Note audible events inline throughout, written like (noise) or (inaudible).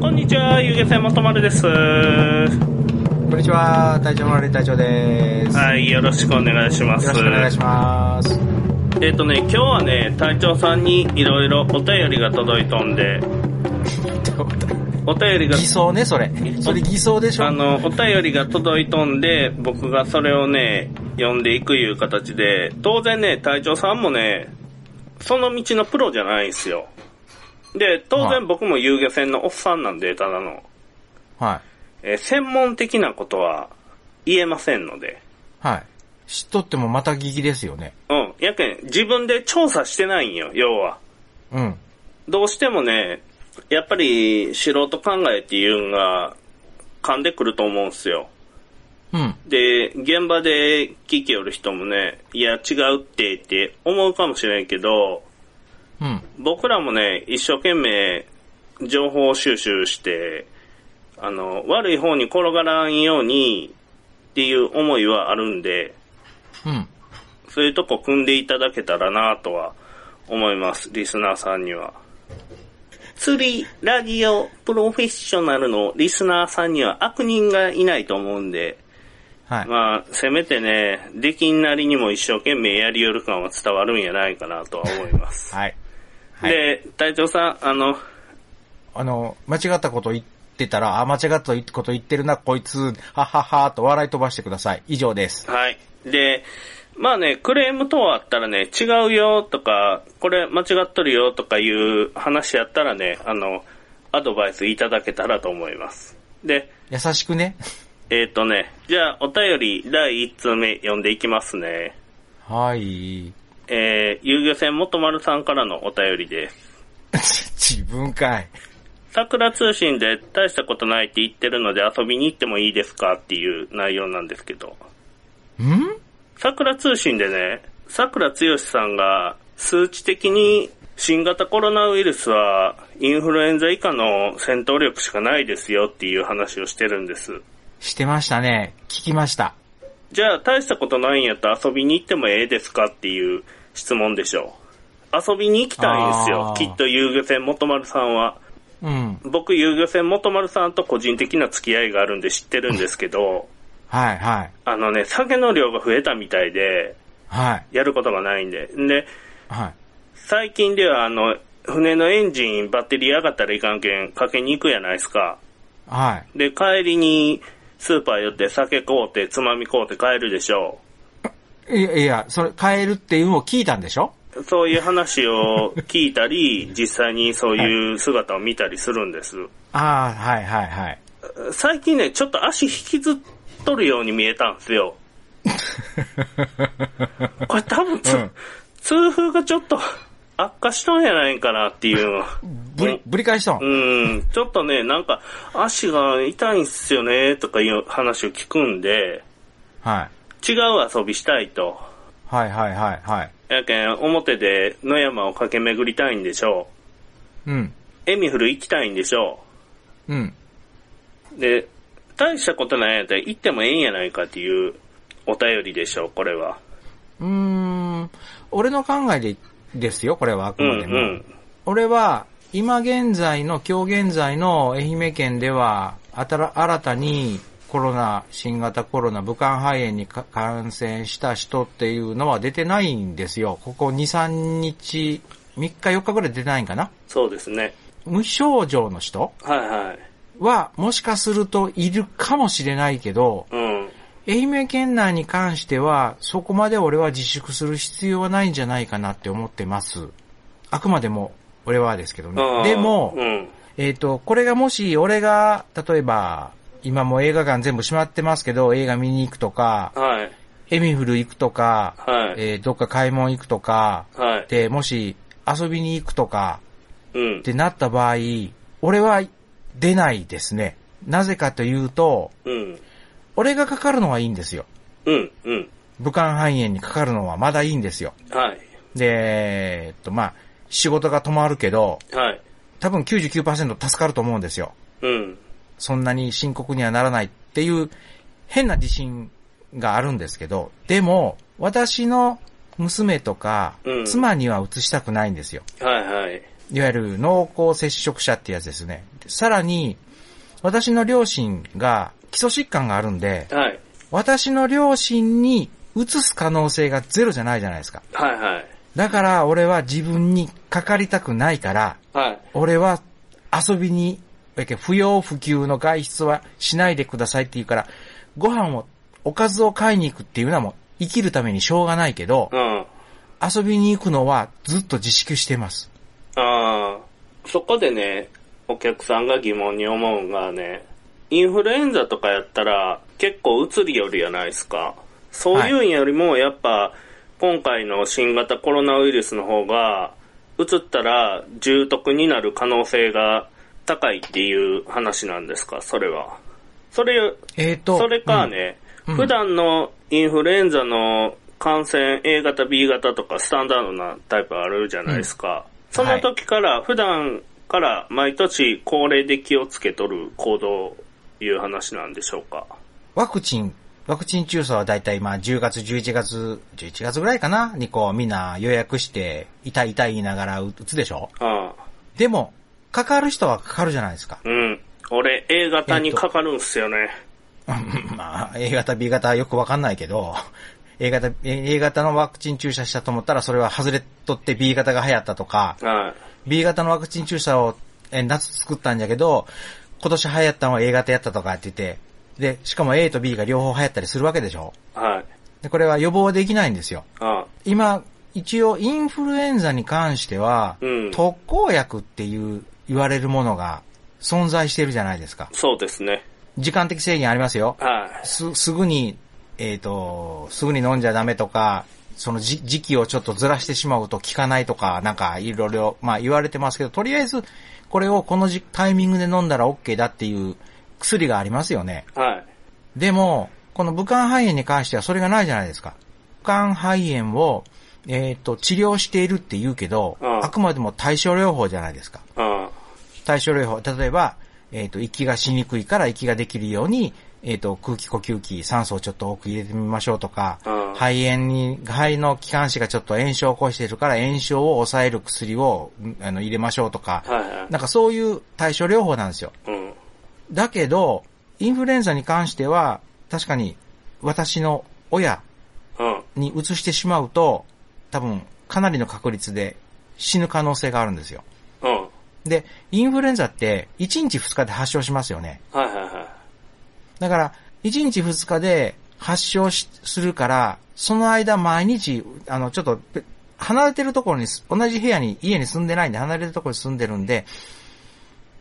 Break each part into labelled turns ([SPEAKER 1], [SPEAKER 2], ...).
[SPEAKER 1] こんにちは、ゆげせんまとまるです。は
[SPEAKER 2] こんにちは、隊長のレ隊長です。
[SPEAKER 1] い、よろしくお願いします。
[SPEAKER 2] よろしくお願いします。
[SPEAKER 1] えっ、とね、今日はね、隊長さんにいろいろお便りが届いとんで、お便りが、
[SPEAKER 2] 偽装ね、それ。それ偽装でしょ
[SPEAKER 1] あの、お便りが届いとんで、僕がそれをね、読んでいくいう形で、当然ね、隊長さんもね、その道のプロじゃないんすよ。で、当
[SPEAKER 2] は
[SPEAKER 1] 然
[SPEAKER 2] い
[SPEAKER 1] 僕も遊漁船のおっさんなんで、ただの。
[SPEAKER 2] は
[SPEAKER 1] えー専門的なことは言えませんので。
[SPEAKER 2] い。はい。知っとってもまた疑義ですよね。
[SPEAKER 1] うん。やけん、自分で調査してないんよ、要は。
[SPEAKER 2] うん。
[SPEAKER 1] どうしてもね、やっぱり素人考えっていうんが噛んでくると思うんすよ。
[SPEAKER 2] うん。
[SPEAKER 1] で、現場で聞きよる人もね、いや違うってって思うかもしれんけど、
[SPEAKER 2] うん。
[SPEAKER 1] 僕らもね、一生懸命情報収集して、あの、悪い方に転がらんようにっていう思いはあるんで、
[SPEAKER 2] うん。
[SPEAKER 1] そういうとこ組んでいただけたらなとは思います、リスナーさんには。釣り、ラジオ、プロフェッショナルのリスナーさんには悪人がいないと思うんで、
[SPEAKER 2] はい。
[SPEAKER 1] まあ、せめてね、出禁なりにも一生懸命やりよる感は伝わるんやないかなとは思います。
[SPEAKER 2] はい。はい
[SPEAKER 1] で、隊長さん、あの、
[SPEAKER 2] あの、間違ったこと言ってたら、あ、間違ったこと言ってるな、こいつ、ははは、と笑い飛ばしてください。以上です。
[SPEAKER 1] はい。で、まあね、クレーム等あったらね、違うよとか、これ間違っとるよとかいう話やったらね、あの、アドバイスいただけたらと思います。で、
[SPEAKER 2] 優しくね。
[SPEAKER 1] えっ、とね、じゃあお便り第1通目読んでいきますね。
[SPEAKER 2] はい。 (laughs)
[SPEAKER 1] えー、遊漁船元丸さんからのお便りです。
[SPEAKER 2] 自分かい。
[SPEAKER 1] 桜通信で大したことないって言ってるので遊びに行ってもいいですかっていう内容なんですけど、
[SPEAKER 2] ん
[SPEAKER 1] 桜通信でね、桜剛さんが数値的に新型コロナウイルスはインフルエンザ以下の戦闘力しかないですよっていう話をしてるんです。
[SPEAKER 2] してましたね。聞きました。
[SPEAKER 1] じゃあ大したことないんやったら遊びに行ってもええですかっていう質問でしょう。遊びに行きたいんですよ
[SPEAKER 2] あ。ー
[SPEAKER 1] きっと遊漁船元丸さんは。
[SPEAKER 2] うん。
[SPEAKER 1] 僕遊漁船元丸さんと個人的な付き合いがあるんで知ってるんですけど、
[SPEAKER 2] はい、はい。
[SPEAKER 1] あのね、酒の量が増えたみたいで、
[SPEAKER 2] はい。
[SPEAKER 1] やることがないんで。んで、
[SPEAKER 2] はい。
[SPEAKER 1] 最近ではあの船のエンジンバッテリー上がったらいかんけんかけに行くやないですか
[SPEAKER 2] はい。
[SPEAKER 1] で帰りにスーパー寄って酒買うてつまみ買うて帰るでしょ
[SPEAKER 2] いや、いや、それ、変えるっていうのを聞いたんでしょ
[SPEAKER 1] うそういう話を聞いた
[SPEAKER 2] (laughs)
[SPEAKER 1] り実際にそういう姿を見たりするんです
[SPEAKER 2] ああ、はいはいはい。
[SPEAKER 1] 最近ねちょっと足引きずっとるように見えたんです
[SPEAKER 2] (laughs)
[SPEAKER 1] よこれ多分つ、
[SPEAKER 2] うん
[SPEAKER 1] 痛風がちょっと悪化しとんやないんかなっていうの
[SPEAKER 2] ぶり、ぶり返しと。
[SPEAKER 1] うんん、ちょっとね、なんか、足が痛いんすよね、とかいう話を聞くんで、
[SPEAKER 2] はい。
[SPEAKER 1] 違う遊びしたいと。
[SPEAKER 2] はいはいはいはい。
[SPEAKER 1] やけん、表で野山を駆け巡りたいんでしょ
[SPEAKER 2] うん。
[SPEAKER 1] う。エミフル行きたいんでしょ
[SPEAKER 2] うん。
[SPEAKER 1] う。で、大したことないやったら行ってもええんやないかっていうお便りでしょう、これは。
[SPEAKER 2] うーん。俺の考えで、ですよ、これはあ
[SPEAKER 1] う
[SPEAKER 2] く
[SPEAKER 1] ん
[SPEAKER 2] ま
[SPEAKER 1] う
[SPEAKER 2] でも。
[SPEAKER 1] ん。
[SPEAKER 2] 俺は、今現在の、今日現在の愛媛県では、あたら新たにコロナ、新型コロナ、武漢肺炎にか感染した人っていうのは出てないんですよ。ここ2、3日、3日4日ぐらい出てないんかな
[SPEAKER 1] そうですね。
[SPEAKER 2] 無症状の人
[SPEAKER 1] はいはい。
[SPEAKER 2] は、もしかするといるかもしれないけど、
[SPEAKER 1] うん。
[SPEAKER 2] 愛媛県内に関しては、そこまで俺は自粛する必要はないんじゃないかなって思ってます。あくまでも、俺はですけど
[SPEAKER 1] う
[SPEAKER 2] ね
[SPEAKER 1] ん。
[SPEAKER 2] でも、
[SPEAKER 1] うん。
[SPEAKER 2] えっ、と、これがもし、俺が、例えば、今もう映画館全部閉まってますけど、映画見に行くとか、
[SPEAKER 1] はい。
[SPEAKER 2] エミフル行くとか、
[SPEAKER 1] はい。
[SPEAKER 2] えーどっか買い物行くとか、
[SPEAKER 1] はい。
[SPEAKER 2] で、もし、遊びに行くとか、
[SPEAKER 1] うん
[SPEAKER 2] っ。てなった場合、俺は出ないですね。なぜかというと、
[SPEAKER 1] うん。
[SPEAKER 2] 俺がかかるのはいいんですよ。
[SPEAKER 1] うん。うん。
[SPEAKER 2] 武漢肺炎にかかるのはまだいいんですよ。
[SPEAKER 1] はい。
[SPEAKER 2] で、えっと、まあ、仕事が止まるけど、
[SPEAKER 1] はい。
[SPEAKER 2] 多分99%助かると思うんですよ。
[SPEAKER 1] うん。
[SPEAKER 2] そんなに深刻にはならないっていう変な自信があるんですけど、でも、私の娘とか
[SPEAKER 1] うん、
[SPEAKER 2] 妻には移したくないんですよ。
[SPEAKER 1] はいはい。
[SPEAKER 2] いわゆる濃厚接触者ってやつですね。さらに、私の両親が基礎疾患があるんで、
[SPEAKER 1] はい。
[SPEAKER 2] 私の両親に移す可能性がゼロじゃないじゃないですか。
[SPEAKER 1] はいはい。
[SPEAKER 2] だから俺は自分にかかりたくないから、
[SPEAKER 1] はい。
[SPEAKER 2] 俺は遊びに、だけど不要不急の外出はしないでくださいって言うから、ご飯を、おかずを買いに行くっていうのはもう生きるためにしょうがないけど
[SPEAKER 1] う、ん。
[SPEAKER 2] 遊びに行くのはずっと自粛してます。
[SPEAKER 1] ああ、そこでね、お客さんが疑問に思うんがね、インフルエンザとかやったら結構移りよりやないですか。そういうんよりもやっぱ今回の新型コロナウイルスの方が移ったら重篤になる可能性が高いっていう話なんですか、それは。それ、
[SPEAKER 2] えっ、と、
[SPEAKER 1] それかね、
[SPEAKER 2] うん
[SPEAKER 1] 普段のインフルエンザの感染 A 型 B 型とかスタンダードなタイプあるじゃないですか。その時から、普段から毎年恒例で気をつけとる行動いう話なんでしょうか。
[SPEAKER 2] ワクチン、ワクチン注射はだいたいまあ10月、11月、11月ぐらいかなにこうみんな予約して、痛い痛い言いながら打つでしょ
[SPEAKER 1] ああ
[SPEAKER 2] でも、かかる人はかかるじゃないですか。
[SPEAKER 1] うん。俺 A 型にかかるんすよね。
[SPEAKER 2] うんまあ、A 型、B 型はよくわかんないけど、A 型、A 型のワクチン注射したと思ったらそれは外れとって B 型が流行ったとか、
[SPEAKER 1] はい。
[SPEAKER 2] B 型のワクチン注射をえ夏作ったんじゃけど、今年流行ったのは A 型やったとかって言って、で、しかも A と B が両方流行ったりするわけでしょ
[SPEAKER 1] はい。
[SPEAKER 2] で、これは予防できないんですよ。
[SPEAKER 1] ああ
[SPEAKER 2] 今、一応インフルエンザに関しては、
[SPEAKER 1] うん
[SPEAKER 2] 特効薬っていう言われるものが存在してるじゃないですか。
[SPEAKER 1] そうですね。
[SPEAKER 2] 時間的制限ありますよ。
[SPEAKER 1] はい。
[SPEAKER 2] す、すぐに、えっ、と、すぐに飲んじゃダメとか、その時時期をちょっとずらしてしまうと効かないとか、なんかいろいろ、まあ言われてますけど、とりあえず、これをこのじタイミングで飲んだら OK だっていう薬がありますよね。
[SPEAKER 1] はい。
[SPEAKER 2] でも、この武漢肺炎に関してはそれがないじゃないですか。武漢肺炎を、えっ、と、治療しているって言うけど、
[SPEAKER 1] うん
[SPEAKER 2] あくまでも対症療法じゃないですか。
[SPEAKER 1] あ
[SPEAKER 2] 対症療法、例えば、えっ、と、息がしにくいから息ができるように、えっ、と、空気呼吸器、酸素をちょっと多く入れてみましょうとか、
[SPEAKER 1] うん
[SPEAKER 2] 肺炎に、肺の気管支がちょっと炎症を起こしているから炎症を抑える薬を、うんあの、入れましょうとか、
[SPEAKER 1] あ。はいは
[SPEAKER 2] なんかそういう対症療法なんですよ。
[SPEAKER 1] い。うん。
[SPEAKER 2] だけど、インフルエンザに関しては、確かに、私の親
[SPEAKER 1] うん。
[SPEAKER 2] に移してしまうと、多分、かなりの確率で死ぬ可能性があるんですよ。
[SPEAKER 1] うん。
[SPEAKER 2] で、インフルエンザって1日2日で発症しますよね。
[SPEAKER 1] はいはいは
[SPEAKER 2] だから、1日2日で発症しするから、その間毎日、あの、ちょっと、ぺ離れてるところに、同じ部屋に、家に住んでないんで、離れてるところに住んでるんで、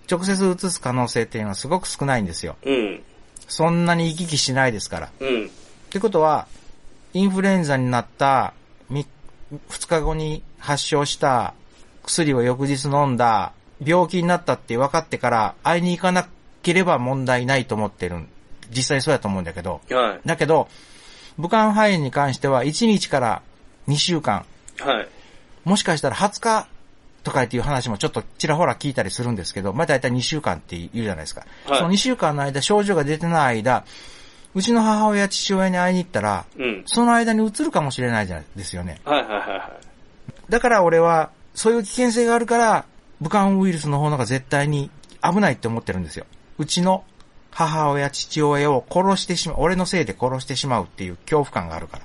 [SPEAKER 2] 直接移す可能性っていうのはすごく少ないんですよ。
[SPEAKER 1] い。うん。
[SPEAKER 2] そんなに行き来しないですから。
[SPEAKER 1] うん。
[SPEAKER 2] ってことは、インフルエンザになった、み二日後に発症した、薬を翌日飲んだ、病気になったって分かってから、会いに行かなければ問題ないと思ってるん。実際そうやと思うんだけど。
[SPEAKER 1] は
[SPEAKER 2] だけど、武漢肺炎に関しては、1日から2週間、
[SPEAKER 1] い。はい。
[SPEAKER 2] もしかしたら20日とかっていう話もちょっとちらほら聞いたりするんですけど、まあ大体2週間って言うじゃないですか。
[SPEAKER 1] はい
[SPEAKER 2] その2週間の間、症状が出てない間、うちの母親、父親に会いに行ったら、
[SPEAKER 1] うん。
[SPEAKER 2] その間に移るかもしれないじゃないですよね。
[SPEAKER 1] はいはいはいはい。
[SPEAKER 2] だから俺は、そういう危険性があるから、武漢ウイルスの方のが絶対に危ないって思ってるんですよ。うちの母親、父親を殺してしまう、俺のせいで殺してしまうっていう恐怖感があるから。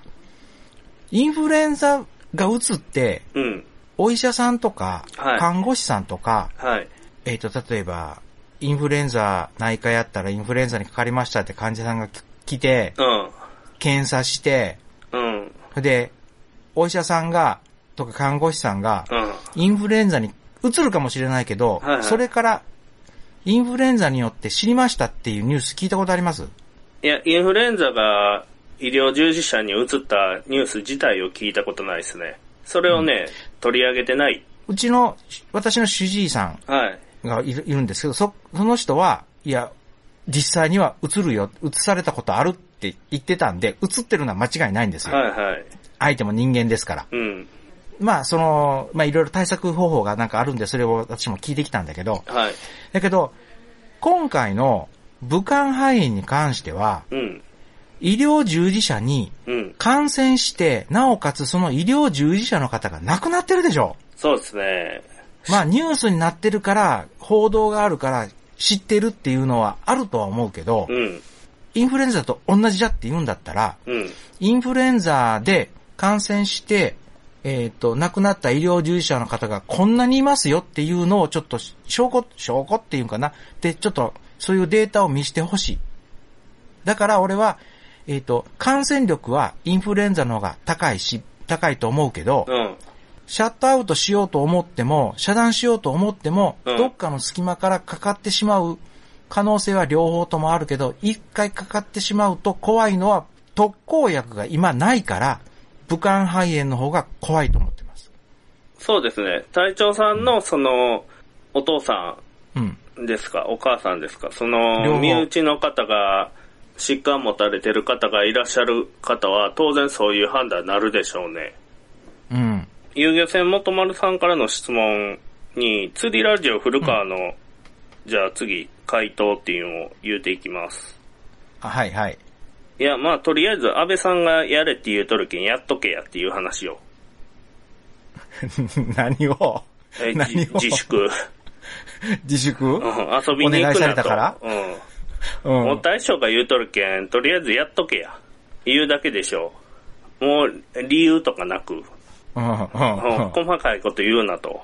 [SPEAKER 2] インフルエンザが移って、
[SPEAKER 1] うん。
[SPEAKER 2] お医者さんとか
[SPEAKER 1] は、い
[SPEAKER 2] 看護師さんとか、
[SPEAKER 1] はい。
[SPEAKER 2] えっ、と、例えば、インフルエンザ内科やったらインフルエンザにかかりましたって患者さんがき来て、
[SPEAKER 1] うん。
[SPEAKER 2] 検査して、
[SPEAKER 1] うん。うん。
[SPEAKER 2] で、お医者さんが、とか看護師さんが、インフルエンザに移るかもしれないけど、
[SPEAKER 1] はいはい
[SPEAKER 2] それから、インフルエンザによって死にましたっていうニュース聞いたことあります
[SPEAKER 1] いや、インフルエンザが医療従事者に移ったニュース自体を聞いたことないですね。それをね、取り上げてない。
[SPEAKER 2] うちの、私の主治医さん
[SPEAKER 1] はい。
[SPEAKER 2] がいるいるんですけど、そ、その人は、いや、実際には移るよ、移されたことあるって言ってたんで、移ってるのは間違いないんですよ。
[SPEAKER 1] はいはい。
[SPEAKER 2] 相手も人間ですから。
[SPEAKER 1] うん。
[SPEAKER 2] まあ、その、まあいろいろ対策方法がなんかあるんで、それを私も聞いてきたんだけど、
[SPEAKER 1] はい。
[SPEAKER 2] だけど、今回の武漢肺炎に関しては、
[SPEAKER 1] うん。
[SPEAKER 2] 医療従事者に
[SPEAKER 1] うん。
[SPEAKER 2] 感染して、なおかつその医療従事者の方が亡くなってるでしょ
[SPEAKER 1] そうですね。
[SPEAKER 2] まあニュースになってるから、報道があるから知ってるっていうのはあるとは思うけど、
[SPEAKER 1] うん、
[SPEAKER 2] インフルエンザと同じだって言うんだったら、
[SPEAKER 1] うん、
[SPEAKER 2] インフルエンザで感染して、えっ、と、亡くなった医療従事者の方がこんなにいますよっていうのをちょっと証拠、証拠っていうんかな。で、ちょっとそういうデータを見してほしい。だから俺は、えっ、と、感染力はインフルエンザの方が高いし、高いと思うけど、
[SPEAKER 1] うん、
[SPEAKER 2] シャットアウトしようと思っても、遮断しようと思っても、
[SPEAKER 1] うん
[SPEAKER 2] どっかの隙間からかかってしまう可能性は両方ともあるけど、一回かかってしまうと怖いのは特効薬が今ないから、武漢肺炎の方が怖いと思ってます。
[SPEAKER 1] そうですね。隊長さんの、その、お父さ
[SPEAKER 2] うん。
[SPEAKER 1] んですか、お母さんですか、そ
[SPEAKER 2] 両
[SPEAKER 1] の、
[SPEAKER 2] 方
[SPEAKER 1] 身内の方が、疾患持たれてる方がいらっしゃる方は、当然そういう判断になるでしょうね。
[SPEAKER 2] うん。
[SPEAKER 1] 遊漁船元丸さんからの質問に、釣りラジオ古川の、じゃあ次、回答っていうのを言うていきます。
[SPEAKER 2] あ、はいはい。 (laughs)
[SPEAKER 1] いや、まあ、とりあえず、安倍さんがやれって言うとるけん、やっとけやっていう話を。
[SPEAKER 2] 何を (laughs)
[SPEAKER 1] えじ
[SPEAKER 2] 何を
[SPEAKER 1] 自粛。
[SPEAKER 2] 自粛
[SPEAKER 1] うん、遊びに行くなと。
[SPEAKER 2] お願いされたから
[SPEAKER 1] うん。
[SPEAKER 2] う
[SPEAKER 1] も
[SPEAKER 2] ん
[SPEAKER 1] う。大将が言うとるけん、とりあえずやっとけや。言うだけでしょう。もう、理由とかな
[SPEAKER 2] (laughs)
[SPEAKER 1] く、
[SPEAKER 2] うん。うん
[SPEAKER 1] うん細かいこと言うなと、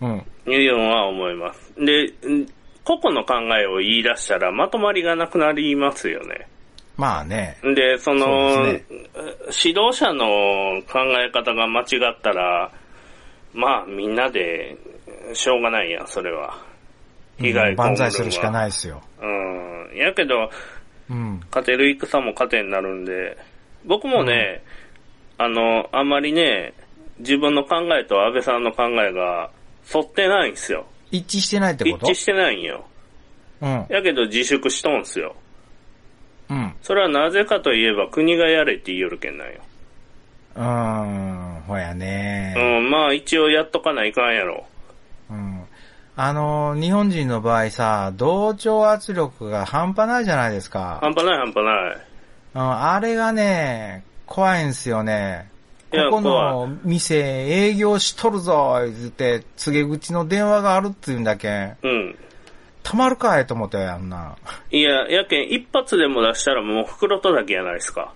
[SPEAKER 2] うん。うん。
[SPEAKER 1] いうのは思います。で、ん個々の考えを言い出したらまとまりがなくなりますよね。
[SPEAKER 2] まあね。
[SPEAKER 1] で、その、
[SPEAKER 2] そうです
[SPEAKER 1] 指導者の考え方が間違ったら、まあみんなで、しょうがないやん、それは。被害。
[SPEAKER 2] うん万歳するしかないいですよ。
[SPEAKER 1] うん。やけど、
[SPEAKER 2] うん。
[SPEAKER 1] 勝てる戦も糧になるんで、僕もね、あの、あんまりね、自分の考えと安倍さんの考えが沿ってないんすよ。
[SPEAKER 2] 一致してないって
[SPEAKER 1] 一
[SPEAKER 2] こと
[SPEAKER 1] 致してないんよ。
[SPEAKER 2] うん。
[SPEAKER 1] やけど自粛しとんすよ。
[SPEAKER 2] うん。
[SPEAKER 1] それはなぜかといえば国がやれって言いよるけんなんよ。
[SPEAKER 2] うーん、ほやね。
[SPEAKER 1] うん、まあ一応やっとかないかんやろ。
[SPEAKER 2] うん。あの、日本人の場合さ、同調圧力が半端ないじゃないですか。
[SPEAKER 1] 半端ない半端ない。
[SPEAKER 2] うん、あれがね、怖いんすよね。
[SPEAKER 1] い
[SPEAKER 2] こ
[SPEAKER 1] や
[SPEAKER 2] こ
[SPEAKER 1] 怖
[SPEAKER 2] の店営業しとるぞ、言って、告げ口の電話があるって言うんだけん、
[SPEAKER 1] うん。
[SPEAKER 2] たまるかいと思ったよ、あんな。
[SPEAKER 1] いや、やけん一発でも出したらもう袋叩きやないですか。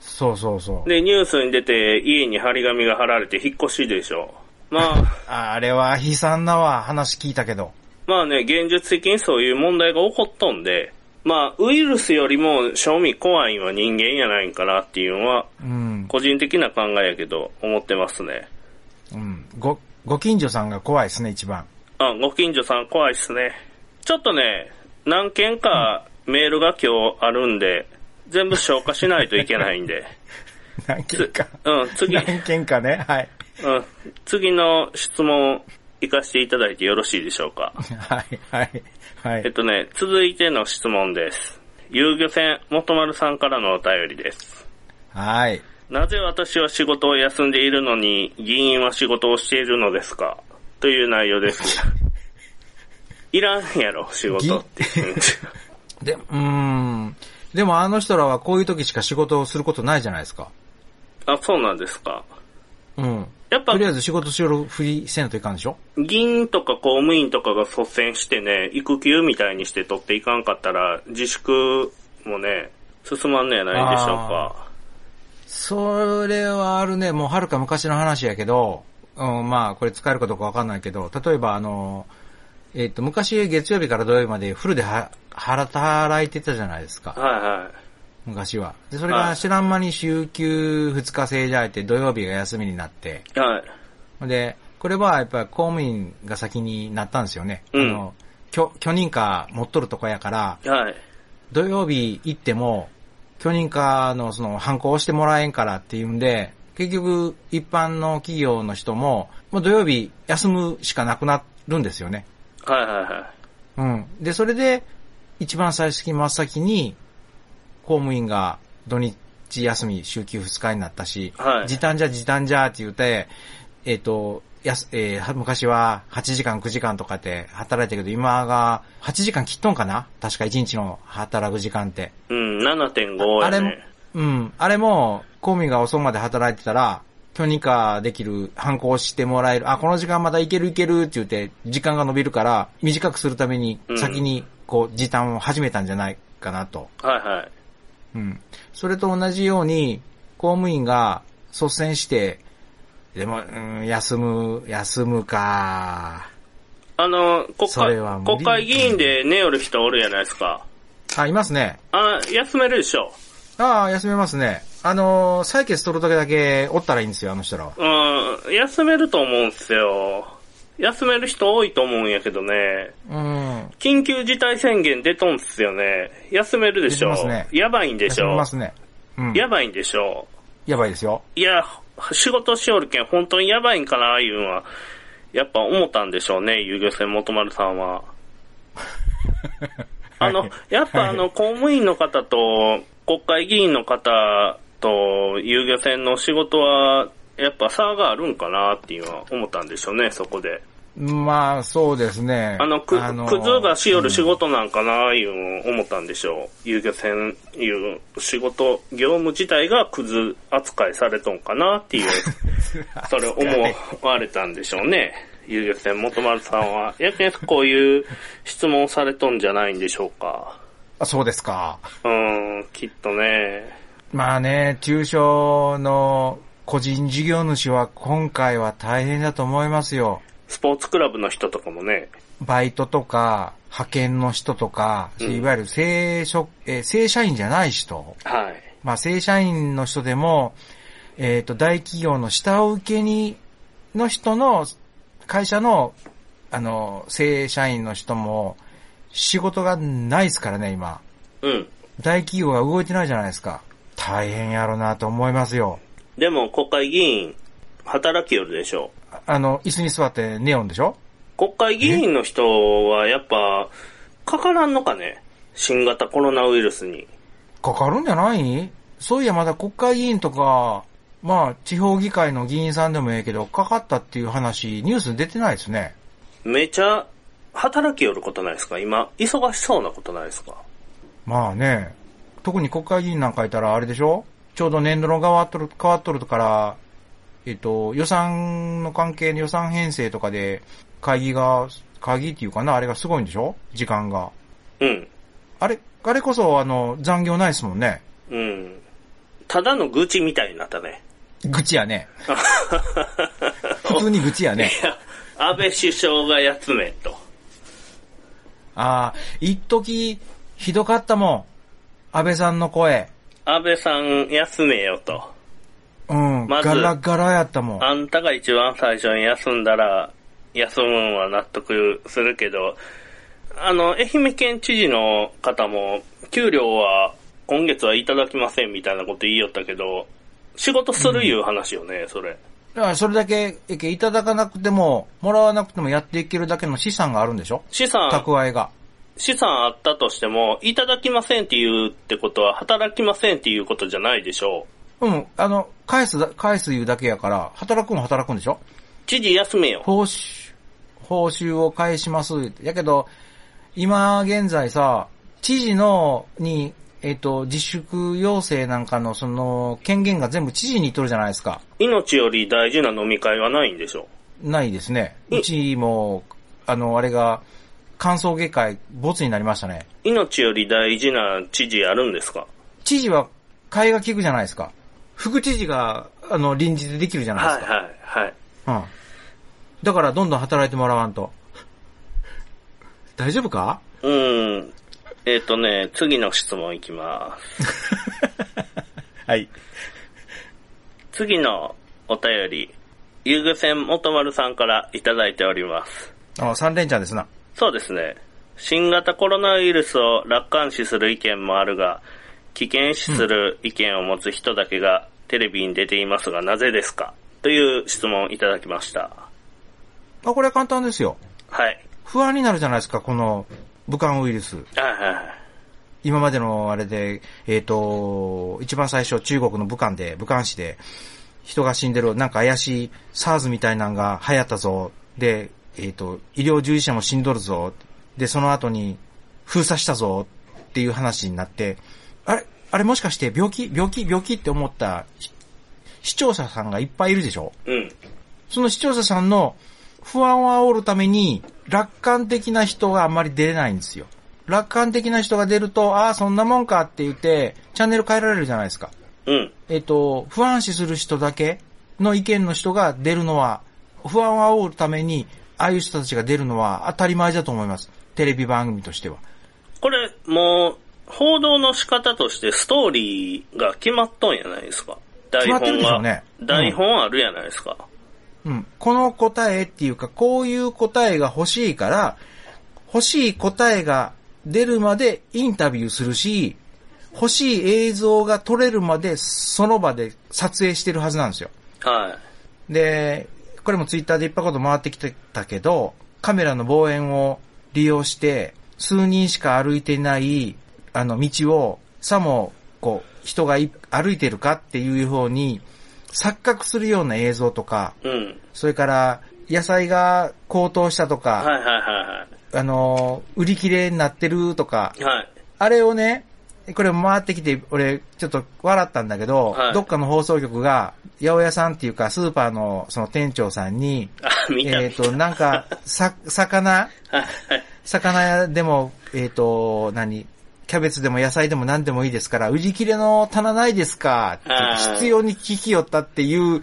[SPEAKER 2] そうそうそう。
[SPEAKER 1] で、ニュースに出て家に張り紙が貼られて引っ越しでしょ。まあ、
[SPEAKER 2] あれは悲惨なわ、話聞いたけど。
[SPEAKER 1] まあね、現実的にそういう問題が起こっとんで、まあ、ウイルスよりも、正味怖いんは人間やないんかなっていうのは、
[SPEAKER 2] うん。
[SPEAKER 1] 個人的な考えやけど、思ってますね。
[SPEAKER 2] うん。ご、ご近所さんが怖いですね、一番。
[SPEAKER 1] あ、ご近所さん怖いっすね。ちょっとね、何件かメールが今日あるんで、全部消化しないといけないん
[SPEAKER 2] (laughs)
[SPEAKER 1] で。
[SPEAKER 2] 何件か。
[SPEAKER 1] うん、次、
[SPEAKER 2] 何件かね、はい。
[SPEAKER 1] うん、次の質問、行かせていただいてよろしいでしょうか。
[SPEAKER 2] はい、はい、は
[SPEAKER 1] えっ
[SPEAKER 2] い。
[SPEAKER 1] とね、続いての質問です。遊漁船元丸さんからのお便りです。
[SPEAKER 2] はい。
[SPEAKER 1] なぜ私は仕事を休んでいるのに、議員は仕事をしているのですかという内容です。 (laughs) いらんやろ、仕事って。
[SPEAKER 2] で、うーん。でもあの人らはこういう時しか仕事をすることないじゃないですか。
[SPEAKER 1] (laughs) あ、そうなんですか。
[SPEAKER 2] うん。
[SPEAKER 1] やっぱ
[SPEAKER 2] とり、あえず仕事しよるふりせんといかんでしょ
[SPEAKER 1] 議員とか公務員とかが率先してね、育休みたいにして取っていかんかったら、自粛もね、進まんのやないでしょうか。
[SPEAKER 2] それはあるね、もうはるか昔の話やけど、うん、まあこれ使えるかどうかわかんないけど、例えばあの、えっ、と、昔月曜日から土曜日までフルでは、働いてたじゃないですか。
[SPEAKER 1] はいはい。
[SPEAKER 2] 昔は。で、それ
[SPEAKER 1] は
[SPEAKER 2] が
[SPEAKER 1] い
[SPEAKER 2] 知らん間に週休2日制じゃいて土曜日が休みになって、
[SPEAKER 1] はい。
[SPEAKER 2] で、これはやっぱり公務員が先になったんですよね。
[SPEAKER 1] うん
[SPEAKER 2] あの許許認可持っとるとこやから、
[SPEAKER 1] はい。
[SPEAKER 2] 土曜日行っても、許認可のその反抗をしてもらえんからっていうんで、結局一般の企業の人も、もう土曜日休むしかなくなるんですよね。
[SPEAKER 1] はいはいは
[SPEAKER 2] うん。で、それで、一番最初、真っ先に、公務員が土日休み、週休2日になったし、
[SPEAKER 1] はい
[SPEAKER 2] 時短じゃ時短じゃって言って、えっ、と、やすえーは昔は8時間9時間とかって働いたけど、今が8時間切っとんかな確か1日の働く時間って。
[SPEAKER 1] い。うん、7.5
[SPEAKER 2] あ
[SPEAKER 1] や
[SPEAKER 2] れも
[SPEAKER 1] ね。、
[SPEAKER 2] うん、あれも、公務員が遅くまで働いてたら、許認可できる、反抗してもらえる、あ、この時間まだいけるいけるって言って、時間が伸びるから、短くするために
[SPEAKER 1] うん
[SPEAKER 2] 先に、こう、時短を始めたんじゃないかなと。
[SPEAKER 1] はいはい。
[SPEAKER 2] うん。それと同じように、公務員が率先して、でも、うん、休む、休むか。
[SPEAKER 1] あの、国
[SPEAKER 2] それ
[SPEAKER 1] 会
[SPEAKER 2] は、無理
[SPEAKER 1] 国会議員で寝よる人おるやないですか。
[SPEAKER 2] あ、いますね。
[SPEAKER 1] あ、休めるでしょ。
[SPEAKER 2] ああ、休めますね。あのー採血取るだけだけおったらいいんですよ、あの人らは。
[SPEAKER 1] うん、休めると思うんすよ。休める人多いと思うんやけどね。
[SPEAKER 2] うん。
[SPEAKER 1] 緊急事態宣言出とんすよね。休めるでしょ
[SPEAKER 2] 出てますね。
[SPEAKER 1] やばいんでし
[SPEAKER 2] 休
[SPEAKER 1] ょ
[SPEAKER 2] め。ますね。うん。
[SPEAKER 1] やばいんでしょ。
[SPEAKER 2] やばいですよ。
[SPEAKER 1] いや、仕事しおるけん、本当にやばいんかな、いうんは。やっぱ思ったんでしょうね、遊漁船元丸さんは。あの、やっぱあの、公務員の方と、国会議員の方と、遊漁船の仕事は、やっぱ差があるんかな、っていうのは思ったんでしょうね、そこで。
[SPEAKER 2] まあ、そうですね。
[SPEAKER 1] あの、く、くずがしよる仕
[SPEAKER 2] うん
[SPEAKER 1] 事なんかな、いうのを思ったんでしょう。遊漁船、いう仕事、業務自体がくず扱いされとんかな、 (laughs) っていう、それを思われたんでしょうね。遊漁船元丸さんは。やけんこういう質問をされとんじゃないんでしょうか。
[SPEAKER 2] あそうですか。
[SPEAKER 1] うん、きっとね。
[SPEAKER 2] まあね、中小の個人事業主は今回は大変だと思いますよ。
[SPEAKER 1] スポーツクラブの人とかもね。
[SPEAKER 2] バイトとか、派遣の人とか、
[SPEAKER 1] うん
[SPEAKER 2] いわゆる正職、えー正社員じゃない人。
[SPEAKER 1] はい。
[SPEAKER 2] まあ、正社員の人でも、えっ、と、大企業の下請けに、の人の、会社の、あの、正社員の人も、仕事がないですからね、今。
[SPEAKER 1] うん。
[SPEAKER 2] 大企業が動いてないじゃないですか。大変やろなと思いますよ。
[SPEAKER 1] でも、国会議員、働きよるでしょう。
[SPEAKER 2] ああの、椅子に座ってネオンでしょ
[SPEAKER 1] 国会議員の人はやっぱ、かからんのかね新型コロナウイルスに。
[SPEAKER 2] かかるんじゃないそういや、まだ国会議員とか、まあ、地方議会の議員さんでもええけど、かかったっていう話、ニュース出てないですね。
[SPEAKER 1] めちゃ、働きよることないですか今、忙しそうなことないですか
[SPEAKER 2] まあね、特に国会議員なんかいたらあれでしょちょうど年度の変わっとる、変わっとるから、えっと、予算の関係の予算編成とかで、会議が、会議っていうかな、あれがすごいんでしょ時間が。
[SPEAKER 1] うん。
[SPEAKER 2] あれ、あれこそあの、残業ないですもんね。
[SPEAKER 1] うん。ただの愚痴みたいになったね。 (laughs)
[SPEAKER 2] 愚痴やね。 (laughs) 普通に愚痴やね。
[SPEAKER 1] いや安倍首相が休めと。
[SPEAKER 2] ああ、一時ひどかったもん。安倍さんの声。
[SPEAKER 1] 安倍さん休めよと。
[SPEAKER 2] うん、
[SPEAKER 1] まず
[SPEAKER 2] ガラガラやったもん。
[SPEAKER 1] あんたが一番最初に休んだら、休むんは納得するけど、あの、愛媛県知事の方も、給料は今月はいただきませんみたいなこと言いよったけど、仕事するいう話よね、それ。
[SPEAKER 2] だからそれだけ、えいただかなくても、もらわなくてもやっていけるだけの資産があるんでしょ
[SPEAKER 1] 資産、
[SPEAKER 2] 蓄えが。
[SPEAKER 1] 資産あったとしても、いただきませんっていうってことは、働きませんっていうことじゃないでしょう。
[SPEAKER 2] うん、あの、返すだ、返す言うだけやから、働くも働くんでしょ
[SPEAKER 1] 知事休めよ。
[SPEAKER 2] 報酬、報酬を返します。やけど、今現在さ、知事の、に、えっ、と、自粛要請なんかの、その、権限が全部知事にとるじゃないですか。
[SPEAKER 1] 命より大事な飲み会はないんでしょ
[SPEAKER 2] ないですね。
[SPEAKER 1] え
[SPEAKER 2] うちも、あの、あれが、歓送迎会、没になりましたね。
[SPEAKER 1] う。命より大事な知事あるんですか
[SPEAKER 2] 知事は、会が利くじゃないですか。副知事が、あの、臨時でできるじゃないで
[SPEAKER 1] は
[SPEAKER 2] す
[SPEAKER 1] い
[SPEAKER 2] か。
[SPEAKER 1] はいはい。
[SPEAKER 2] うん。だから、どんどん働いてもらわんと。大丈夫か
[SPEAKER 1] うーん。えっ、とね、次の質問いきます。
[SPEAKER 2] はい。
[SPEAKER 1] 次のお便り、遊具船元丸さんからいただいております。
[SPEAKER 2] あ、三連チャンですな。
[SPEAKER 1] そうですね。新型コロナウイルスを楽観視する意見もあるが、危険視する意見を持つ人だけがテレビに出ていますが、なぜですかという質問をいただきました。
[SPEAKER 2] あ、これは簡単ですよ。
[SPEAKER 1] はい。
[SPEAKER 2] 不安になるじゃないですか、この、武漢ウイルス。
[SPEAKER 1] はいはいはい。
[SPEAKER 2] 今までのあれで、えっ、と、一番最初中国の武漢で、武漢市で、人が死んでる、なんか怪しい SARS みたいなんが流行ったぞ。で、えっ、と、医療従事者も死んどるぞ。で、その後に封鎖したぞっていう話になって、あれあれもしかして病気病気病気って思ったひ視聴者さんがいっぱいいるでしょ
[SPEAKER 1] うん。
[SPEAKER 2] その視聴者さんの不安を煽るために、楽観的な人があんまり出れないんですよ。楽観的な人が出ると、ああ、そんなもんかって言って、チャンネル変えられるじゃないですか。
[SPEAKER 1] うん。
[SPEAKER 2] えっと、不安視する人だけの意見の人が出るのは、不安を煽るために、ああいう人たちが出るのは当たり前だと思います。テレビ番組としては。
[SPEAKER 1] これ、もう、報道の仕方としてストーリーが決まっとんやないですか。台
[SPEAKER 2] まってる
[SPEAKER 1] 本
[SPEAKER 2] でしょ
[SPEAKER 1] が。
[SPEAKER 2] うねうん
[SPEAKER 1] 台本あるやないですか。
[SPEAKER 2] うん。この答えっていうか、こういう答えが欲しいから、欲しい答えが出るまでインタビューするし、欲しい映像が撮れるまでその場で撮影してるはずなんですよ。
[SPEAKER 1] は
[SPEAKER 2] で、これもツイッターでいっぱいこと回ってきてたけど、カメラの望遠を利用して、数人しか歩いてない、あの、道を、さも、こう、人がい歩いてるかっていう方に、錯覚するような映像とか、
[SPEAKER 1] い。うん。
[SPEAKER 2] それから、野菜が高騰したとか、
[SPEAKER 1] はいはいは
[SPEAKER 2] あの、売り切れになってるとか
[SPEAKER 1] い、はい。はい。
[SPEAKER 2] あれをね、これ回ってきて、俺、ちょっと笑ったんだけど、
[SPEAKER 1] はい
[SPEAKER 2] どっかの放送局が、八百屋さんっていうか、スーパーのその店長さんに、
[SPEAKER 1] あ、見た。
[SPEAKER 2] えっ、と、なんか、さ、魚、
[SPEAKER 1] はいはい。
[SPEAKER 2] 魚でも、えっ、と、何キャベツでも野菜でも何でもいいですから、売り切れの棚ないですかって
[SPEAKER 1] あー
[SPEAKER 2] 必要に聞きよったっていう、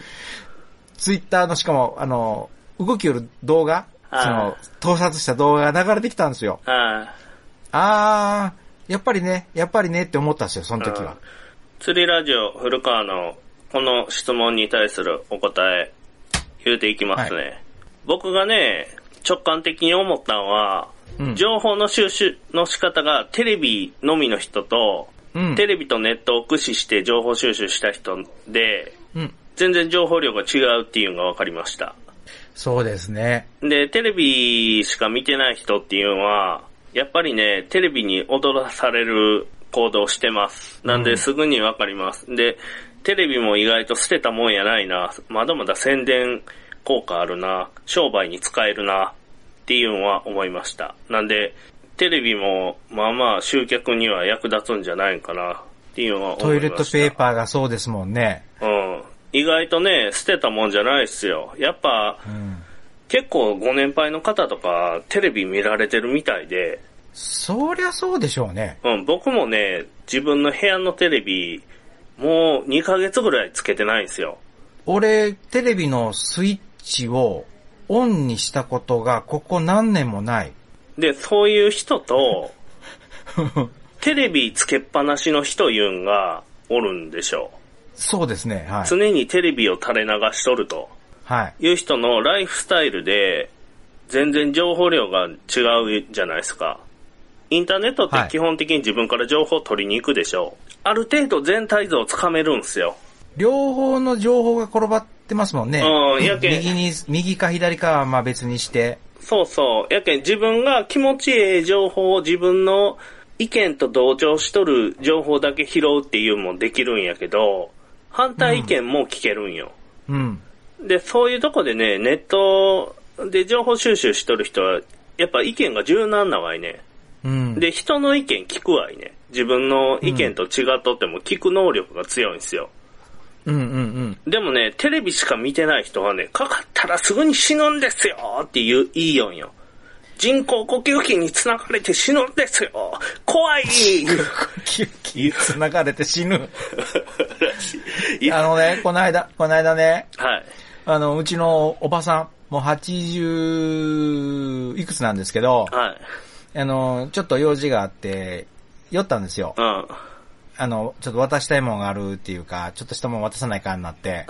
[SPEAKER 2] ツイッターの、しかも、あの、動きよる動画、その
[SPEAKER 1] あ、
[SPEAKER 2] 盗撮した動画が流れてきたんですよ。
[SPEAKER 1] あ
[SPEAKER 2] あー、やっぱりね、やっぱりねって思ったんですよ、その時は。
[SPEAKER 1] 釣りラジオ古川のこの質問に対するお答え言うていきますね。
[SPEAKER 2] は
[SPEAKER 1] 僕がね、直感的に思ったのは、
[SPEAKER 2] うん
[SPEAKER 1] 情報の収集の仕方がテレビのみの人と、
[SPEAKER 2] うん。
[SPEAKER 1] テレビとネットを駆使して情報収集した人で、
[SPEAKER 2] うん。
[SPEAKER 1] 全然情報量が違うっていうのが分かりました。
[SPEAKER 2] そうですね。
[SPEAKER 1] で、テレビしか見てない人っていうのは、やっぱりね、テレビに踊らされる行動をしてます。なん
[SPEAKER 2] う
[SPEAKER 1] で、
[SPEAKER 2] ん
[SPEAKER 1] すぐにわかります。で、テレビも意外と捨てたもんやないな。まだまだ宣伝効果あるな。商売に使えるな。っていうのは思いました。なんで、テレビも、まあまあ、集客には役立つんじゃないかな。っていうのは
[SPEAKER 2] ト
[SPEAKER 1] 思
[SPEAKER 2] イ
[SPEAKER 1] いま
[SPEAKER 2] レ
[SPEAKER 1] した。
[SPEAKER 2] ットペーパーがそうですもんね。
[SPEAKER 1] うん。意外とね、捨てたもんじゃないっすよ。やっぱ、
[SPEAKER 2] うん。
[SPEAKER 1] 結構ご年配の方とかテレビ見られてるみたいで、
[SPEAKER 2] そりゃそうでしょうね。
[SPEAKER 1] うん、僕もね、自分の部屋のテレビ、もう2ヶ月ぐらいつけてないんですよ。
[SPEAKER 2] 俺、テレビのスイッチをオンにしたことがここ何年もない。
[SPEAKER 1] で、そういう人
[SPEAKER 2] (laughs)
[SPEAKER 1] と、テレビつけっぱなしの人いうんがおるんでしょ
[SPEAKER 2] そうですね、は
[SPEAKER 1] う。
[SPEAKER 2] い。
[SPEAKER 1] 常にテレビを垂れ流しとると
[SPEAKER 2] はい。
[SPEAKER 1] いう人のライフスタイルで、全然情報量が違うじゃないですか。インターネットって基本的に自分から情報を取りに行くでしょう。ある程度全体像をつかめるんですよ。
[SPEAKER 2] 両方の情報が転ばってますもんね。
[SPEAKER 1] うんやけん
[SPEAKER 2] 右に、右か左かはまあ別にして。
[SPEAKER 1] そうそう。やけん自分が気持ちいい情報を自分の意見と同調しとる情報だけ拾うっていうのもできるんやけど、反対意見も聞けるんよ。
[SPEAKER 2] うん。
[SPEAKER 1] で、そういうとこでね、ネットで情報収集しとる人は、やっぱ意見が柔軟なわいね。
[SPEAKER 2] うん。
[SPEAKER 1] で、人の意見聞くわいね。自分の意見と違っとっても聞く能力が強いんですよ。
[SPEAKER 2] うんうんうん。 (laughs)
[SPEAKER 1] でもね、テレビしか見てない人はね、かかったらすぐに死ぬんですよって言う、いいよんよ。人工呼吸器に繋がれて死ぬんですよ怖い
[SPEAKER 2] キュッキュッ繋がれて死ぬ。
[SPEAKER 1] いや
[SPEAKER 2] あのね、この間、この間ね、
[SPEAKER 1] はい。
[SPEAKER 2] あの、うちのおばさん、もう80いくつなんですけど、
[SPEAKER 1] はい。
[SPEAKER 2] あの、ちょっと用事があって、酔ったんですよ
[SPEAKER 1] う。ん。は
[SPEAKER 2] あの、ちょっと渡したいもんがあるっていうか、ちょっとしたもん渡さないかになって、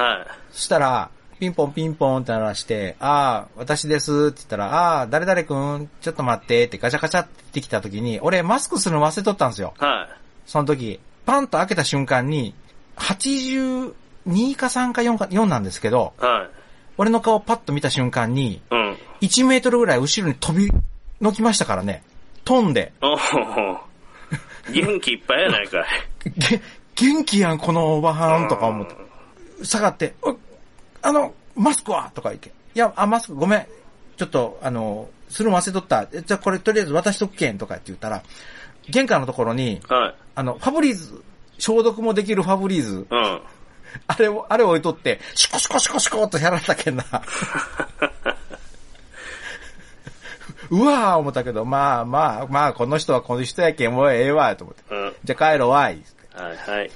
[SPEAKER 2] そしたら、ピンポンピンポンって鳴らして、ああ、私ですって言ったら、ああー、誰々くん、ちょっと待ってってガチャガチャって来た時に、俺マスクするの忘れとったんですよ。
[SPEAKER 1] い。はい。
[SPEAKER 2] その時、パンと開けた瞬間に、82か3か4か、4なんですけど、
[SPEAKER 1] はい。
[SPEAKER 2] 俺の顔パッと見た瞬間に、
[SPEAKER 1] うん。
[SPEAKER 2] 1メートルぐらい後ろに飛び、のきましたからね。飛んで。
[SPEAKER 1] おお元気いっぱいやないかい。
[SPEAKER 2] げ、 (laughs) 元気やん、このおばはんとか思って。下がって、うっあの、マスクはとか言って。いや、あ、マスクごめん。ちょっと、あの、するの忘れとった。えじゃあこれとりあえず渡しとくけんとかって言ったら、玄関のところに、
[SPEAKER 1] はい。
[SPEAKER 2] あの、ファブリーズ、消毒もできるファブリーズ (laughs)
[SPEAKER 1] うん。
[SPEAKER 2] あれを、あれ置いとって、シコシコシコシコっとやられたけんな。 (laughs) うわー思ったけど、まあまあ、まあ、この人はこの人やけん、もうええわ、と思って。
[SPEAKER 1] うん。は
[SPEAKER 2] じゃあ帰ろうわい。
[SPEAKER 1] いはい。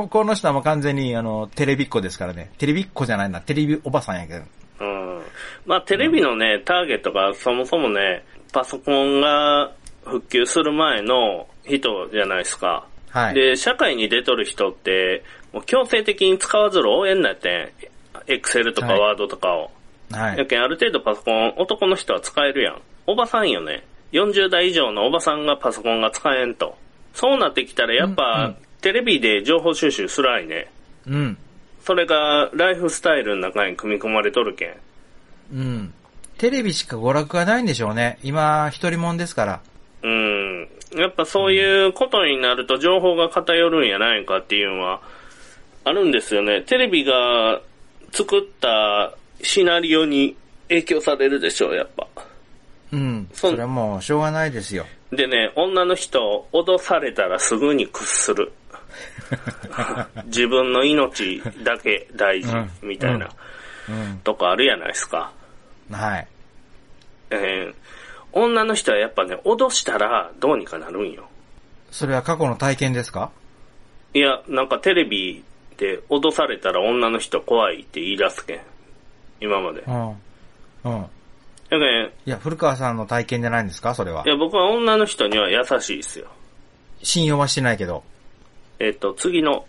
[SPEAKER 2] (laughs) この人はもう完全に、あの、テレビっ子ですからね。テレビっ子じゃないな、テレビおばさんやけど。
[SPEAKER 1] うん。まあテレビのね、ターゲットがそもそもね、パソコンが復旧する前の人じゃないですか。
[SPEAKER 2] はい。
[SPEAKER 1] で、社会に出とる人って、もう強制的に使わざるを得んなってん。エクセルとか
[SPEAKER 2] はい
[SPEAKER 1] ワードとかを。
[SPEAKER 2] は
[SPEAKER 1] や
[SPEAKER 2] い。
[SPEAKER 1] けん、ある程度パソコン、男の人は使えるやん。おばさんよね。40代以上のおばさんがパソコンが使えんと。そうなってきたら、やっ
[SPEAKER 2] うん
[SPEAKER 1] ぱ、
[SPEAKER 2] うん
[SPEAKER 1] テレビで情報収集すらいね。
[SPEAKER 2] うん。
[SPEAKER 1] それが、ライフスタイルの中に組み込まれとるけん。
[SPEAKER 2] うん。テレビしか娯楽がないんでしょうね。今、一人もんですから。
[SPEAKER 1] うん。やっぱそういうことになると情報が偏るんやないかっていうのはあるんですよね。テレビが作ったシナリオに影響されるでしょう、やっぱ。
[SPEAKER 2] うん。
[SPEAKER 1] そ
[SPEAKER 2] そうれはもう、しょうがないですよ。
[SPEAKER 1] でね、女の人、脅されたらすぐに屈す
[SPEAKER 2] (laughs)
[SPEAKER 1] る。自分の命だけ大事
[SPEAKER 2] うん
[SPEAKER 1] みたいな
[SPEAKER 2] うん。
[SPEAKER 1] とこあるやないですか。
[SPEAKER 2] はい。
[SPEAKER 1] えー女の人はやっぱね、脅したらどうにかなるんよ。
[SPEAKER 2] それは過去の体験ですか
[SPEAKER 1] いや、なんかテレビで脅されたら女の人怖いって言い出すけん。今まで。
[SPEAKER 2] う
[SPEAKER 1] だ
[SPEAKER 2] ん。うん。
[SPEAKER 1] けん。
[SPEAKER 2] いや、古川さんの体験じゃないんですかそれはい
[SPEAKER 1] や、僕は女の人には優しいですよ。
[SPEAKER 2] 信用はしてないけど。
[SPEAKER 1] えっ、と、次の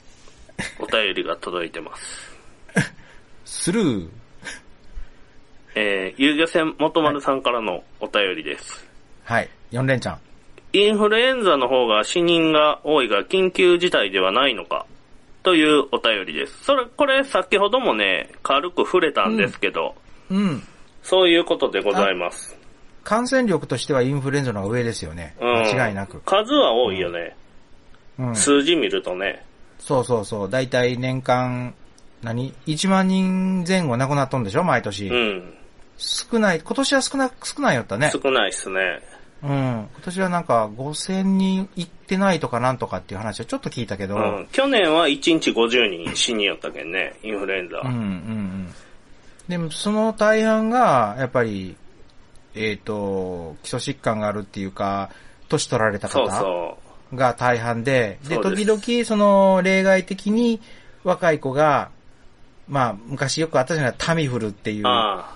[SPEAKER 1] お便りが届いてます。 (laughs)
[SPEAKER 2] スルー。
[SPEAKER 1] えー、遊漁船元丸さんからのお便りです。
[SPEAKER 2] はい。4連チャン。
[SPEAKER 1] インフルエンザの方が死人が多いが緊急事態ではないのかというお便りです。それ、これ先ほどもね、軽く触れたんですけど、
[SPEAKER 2] うん。
[SPEAKER 1] そういうことでございます。
[SPEAKER 2] 感染力としてはインフルエンザの方が上ですよね。
[SPEAKER 1] うん
[SPEAKER 2] 間違いなく。
[SPEAKER 1] 数は多いよね。
[SPEAKER 2] うん。
[SPEAKER 1] 数字見るとね。
[SPEAKER 2] そうそうそう。だいたい年間、何 ?1 万人前後亡くなっとんでしょ毎年。
[SPEAKER 1] うん。
[SPEAKER 2] 少ない、今年は少な、少ないよったね。
[SPEAKER 1] 少ないっすね。
[SPEAKER 2] うん。今年はなんか5000人行ってないとかなんとかっていう話をちょっと聞いたけど。
[SPEAKER 1] う
[SPEAKER 2] うん、
[SPEAKER 1] ん。去年は1日50人死によったけんね、インフルエンザ。
[SPEAKER 2] うん、うんうんでもその大半が、やっぱり、えっ、と、基礎疾患があるっていうか、年取られた
[SPEAKER 1] そ
[SPEAKER 2] 方
[SPEAKER 1] うそう。
[SPEAKER 2] が大半で、で、
[SPEAKER 1] そうです
[SPEAKER 2] 時々、その、例外的に若い子が、まあ、昔よくあったじゃない、タミフルっていう、
[SPEAKER 1] あ